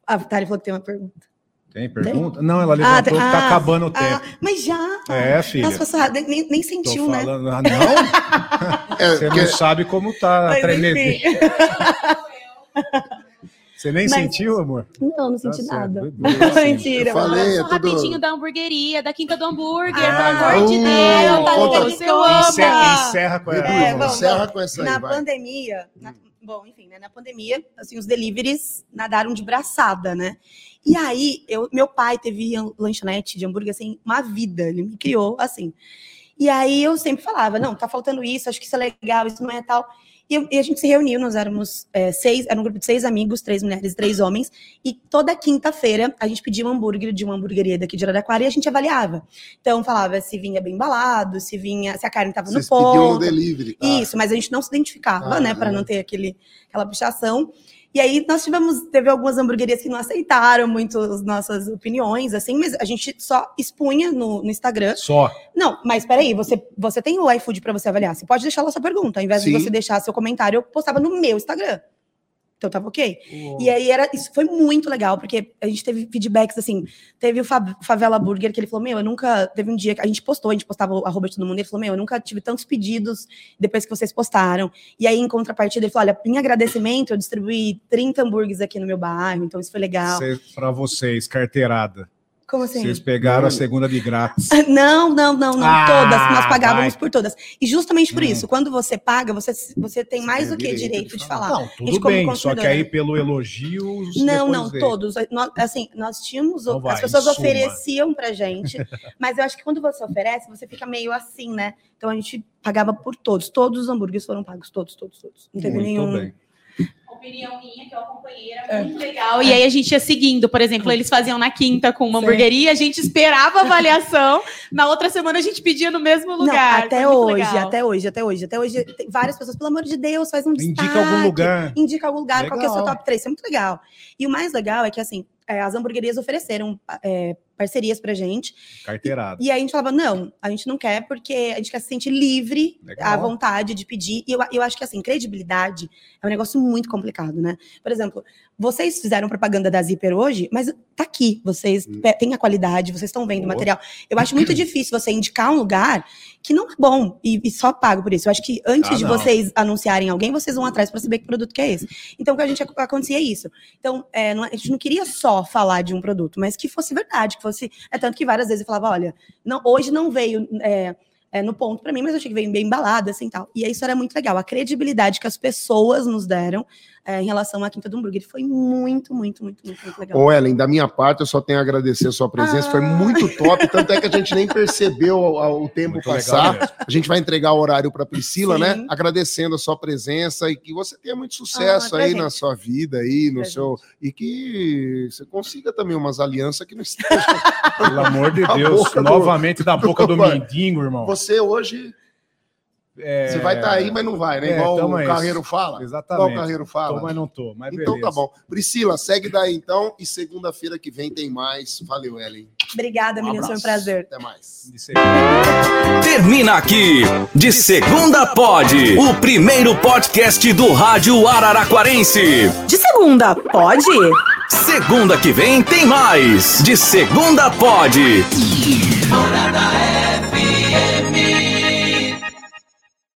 S2: A Vitale falou que tem uma pergunta.
S4: Tem pergunta? Não, ela levantou
S2: Ah, tem-
S4: que tá
S2: ah,
S4: acabando o tempo.
S2: Ah, mas já!
S4: é, filha.
S2: Nossa, passou, nem- nem, nem sentiu,
S4: Tô
S2: né?
S4: falando. Ah, não?
S6: É,
S4: Você
S6: porque
S4: não sabe como tá a
S2: Mas,
S4: tremer.
S2: enfim.
S4: Você nem
S2: Mas-
S4: sentiu, amor?
S2: Não, não
S4: Tá
S2: senti
S4: certo,
S2: nada.
S4: bebeu, assim.
S2: Mentira.
S6: Eu falei, é
S8: Só
S6: tudo...
S8: rapidinho da hamburgueria, da Quinta do Hambúrguer,
S2: Ah,
S8: pelo amor de
S6: uh,
S8: Deus,
S6: conta-
S8: Thalita, eu amo.
S4: Encerra, encerra com ela.
S2: É, vamos.
S6: Encerra com essa aí,
S2: na
S6: vai.
S2: pandemia, na- bom, enfim, né, na pandemia, assim, os deliveries nadaram de braçada, né? E aí, eu, meu pai teve an- lanchonete de hambúrguer, assim, uma vida, ele me criou, assim. E aí, eu sempre falava, não, tá faltando isso, acho que isso é legal, isso não é tal. E, eu- e a gente se reuniu, nós éramos é, seis, era um grupo de seis amigos, três mulheres e três homens. E toda quinta-feira a gente pedia um hambúrguer de uma hamburgueria daqui de Araraquara e a gente avaliava. Então falava se vinha bem embalado, se vinha, se a carne estava no
S6: Vocês pediram no
S2: ponto.
S6: delivery. tá?
S2: Isso, mas a gente não se identificava,
S6: Ah,
S2: né, para
S6: é.
S2: não ter aquele, aquela puxação. E aí nós tivemos, teve algumas hamburguerias que não aceitaram muito as nossas opiniões, assim, mas a gente só expunha no, no Instagram.
S4: Só.
S2: Não, mas peraí, você, você tem o iFood para você avaliar, você pode deixar lá sua pergunta, ao invés
S6: Sim.
S2: de você deixar seu comentário, eu postava no meu Instagram. Então tava ok. E aí era, isso foi muito legal, porque a gente teve feedbacks assim. Teve o Fa- Favela Burger, que ele falou: Meu, eu nunca. Teve um dia que a gente postou, a gente postava o arroba de todo mundo. Ele falou: Meu, eu nunca tive tantos pedidos depois que vocês postaram. E aí, em contrapartida, ele falou: Olha, em agradecimento, eu distribuí 30 hambúrgueres aqui no meu bairro, então isso foi legal.
S4: Cê- Pra vocês, carteirada.
S2: Como assim?
S4: Vocês pegaram
S6: Hum.
S4: a segunda de grátis.
S2: Não, não, não, não.
S4: Ah,
S2: todas. Nós pagávamos por todas. E justamente por
S4: Hum.
S2: isso, quando você paga, você, você tem mais
S6: tem
S2: do que
S6: direito de
S2: direito de falar.
S4: Não, tudo
S2: gente, como
S4: bem, só
S2: consumidor,
S4: que aí
S2: né?
S4: pelo elogio.
S2: Não, não,
S4: depois vê.
S2: todos. Nós- assim, nós tínhamos. o-
S4: Então vai,
S2: as pessoas
S4: em suma.
S2: ofereciam pra gente. mas eu acho que quando você oferece, você fica meio assim, né? Então a gente pagava por todos. Todos os hambúrgueres foram pagos, todos, todos, todos. Não teve
S4: Muito
S2: nenhum.
S4: bem.
S8: opinião minha que eu acompanhei era muito legal. E aí a gente ia seguindo, por exemplo, eles faziam na quinta com uma
S2: Sim.
S8: hamburgueria, a gente esperava a avaliação, na outra semana a gente pedia no mesmo lugar.
S2: Não, até
S8: Foi muito
S2: hoje,
S8: legal.
S2: até hoje, até hoje, até hoje. tem várias pessoas, pelo amor de Deus, faz um
S4: Indica
S2: destaque.
S4: algum lugar.
S2: Indica algum lugar, qual que é o seu
S4: Legal.
S2: top 3. Isso é muito legal. E o mais legal é que, assim, é, as hamburguerias ofereceram é, parcerias pra gente.
S4: Carteirada.
S2: E aí a gente falava, não, a gente não quer, porque a gente quer se sentir livre,
S4: Legal.
S2: à vontade de pedir. E eu, eu acho que, assim, credibilidade é um negócio muito complicado, né? Por exemplo, vocês fizeram propaganda da Zipper hoje, mas tá aqui, vocês pe- têm a qualidade, vocês estão vendo o
S4: Hum. Boa.
S2: material. Eu acho muito difícil você indicar um lugar que não é bom e, e só pago por isso. Eu acho que antes
S4: Ah,
S2: de
S4: não.
S2: vocês anunciarem alguém, vocês vão atrás para saber que produto que é esse. Então, o que a gente ac- acontecia é isso. Então, é, não- a gente não queria só falar de um produto, mas que fosse verdade, que fosse. É tanto que várias vezes eu falava, olha, não, hoje não veio. é, é, no ponto pra mim, mas eu achei que veio bem embalado, assim tal. E aí isso era muito legal. A credibilidade que as pessoas nos deram é, em relação à Quinta do Hambúrguer foi muito, muito, muito, muito, muito legal.
S6: Ah. Ô, Ellen, da minha parte, eu só tenho a agradecer a sua presença.
S2: Ah.
S6: Foi muito top. Tanto é que a gente nem percebeu o- o, o tempo
S4: Muito legal
S6: passar.
S4: mesmo.
S6: A gente vai entregar o horário para Priscila,
S2: Sim.
S6: né? Agradecendo a sua presença e que você tenha muito sucesso
S2: Ah, pra
S6: aí
S2: gente.
S6: na sua vida aí, no
S2: Pra
S6: seu e que você consiga também umas alianças que não estejam.
S4: Pelo amor de
S6: A
S4: Deus,
S6: boca do-
S4: novamente da boca do
S6: Vai.
S4: mendigo, irmão.
S6: Você hoje,
S4: É,
S6: você vai estar aí, mas não vai, né?
S4: É,
S6: Igual
S4: então
S6: o
S4: é isso.
S6: Carreiro fala. Igual o
S4: Exatamente.
S6: Carreiro
S4: Tô,
S6: fala.
S4: mas não tô. Mas
S6: Então tá
S4: beleza.
S6: bom. Priscila, segue daí então e segunda-feira que vem tem mais. Valeu, Ellen.
S2: Obrigada,
S6: Um
S2: meninas, foi um
S6: abraço.
S2: prazer.
S6: Até mais.
S4: De ser-
S3: Termina aqui. De segunda pode. O primeiro podcast do rádio Araraquarense.
S9: De segunda, pode?
S3: Segunda que vem tem mais. De segunda pode.
S10: Morada FM.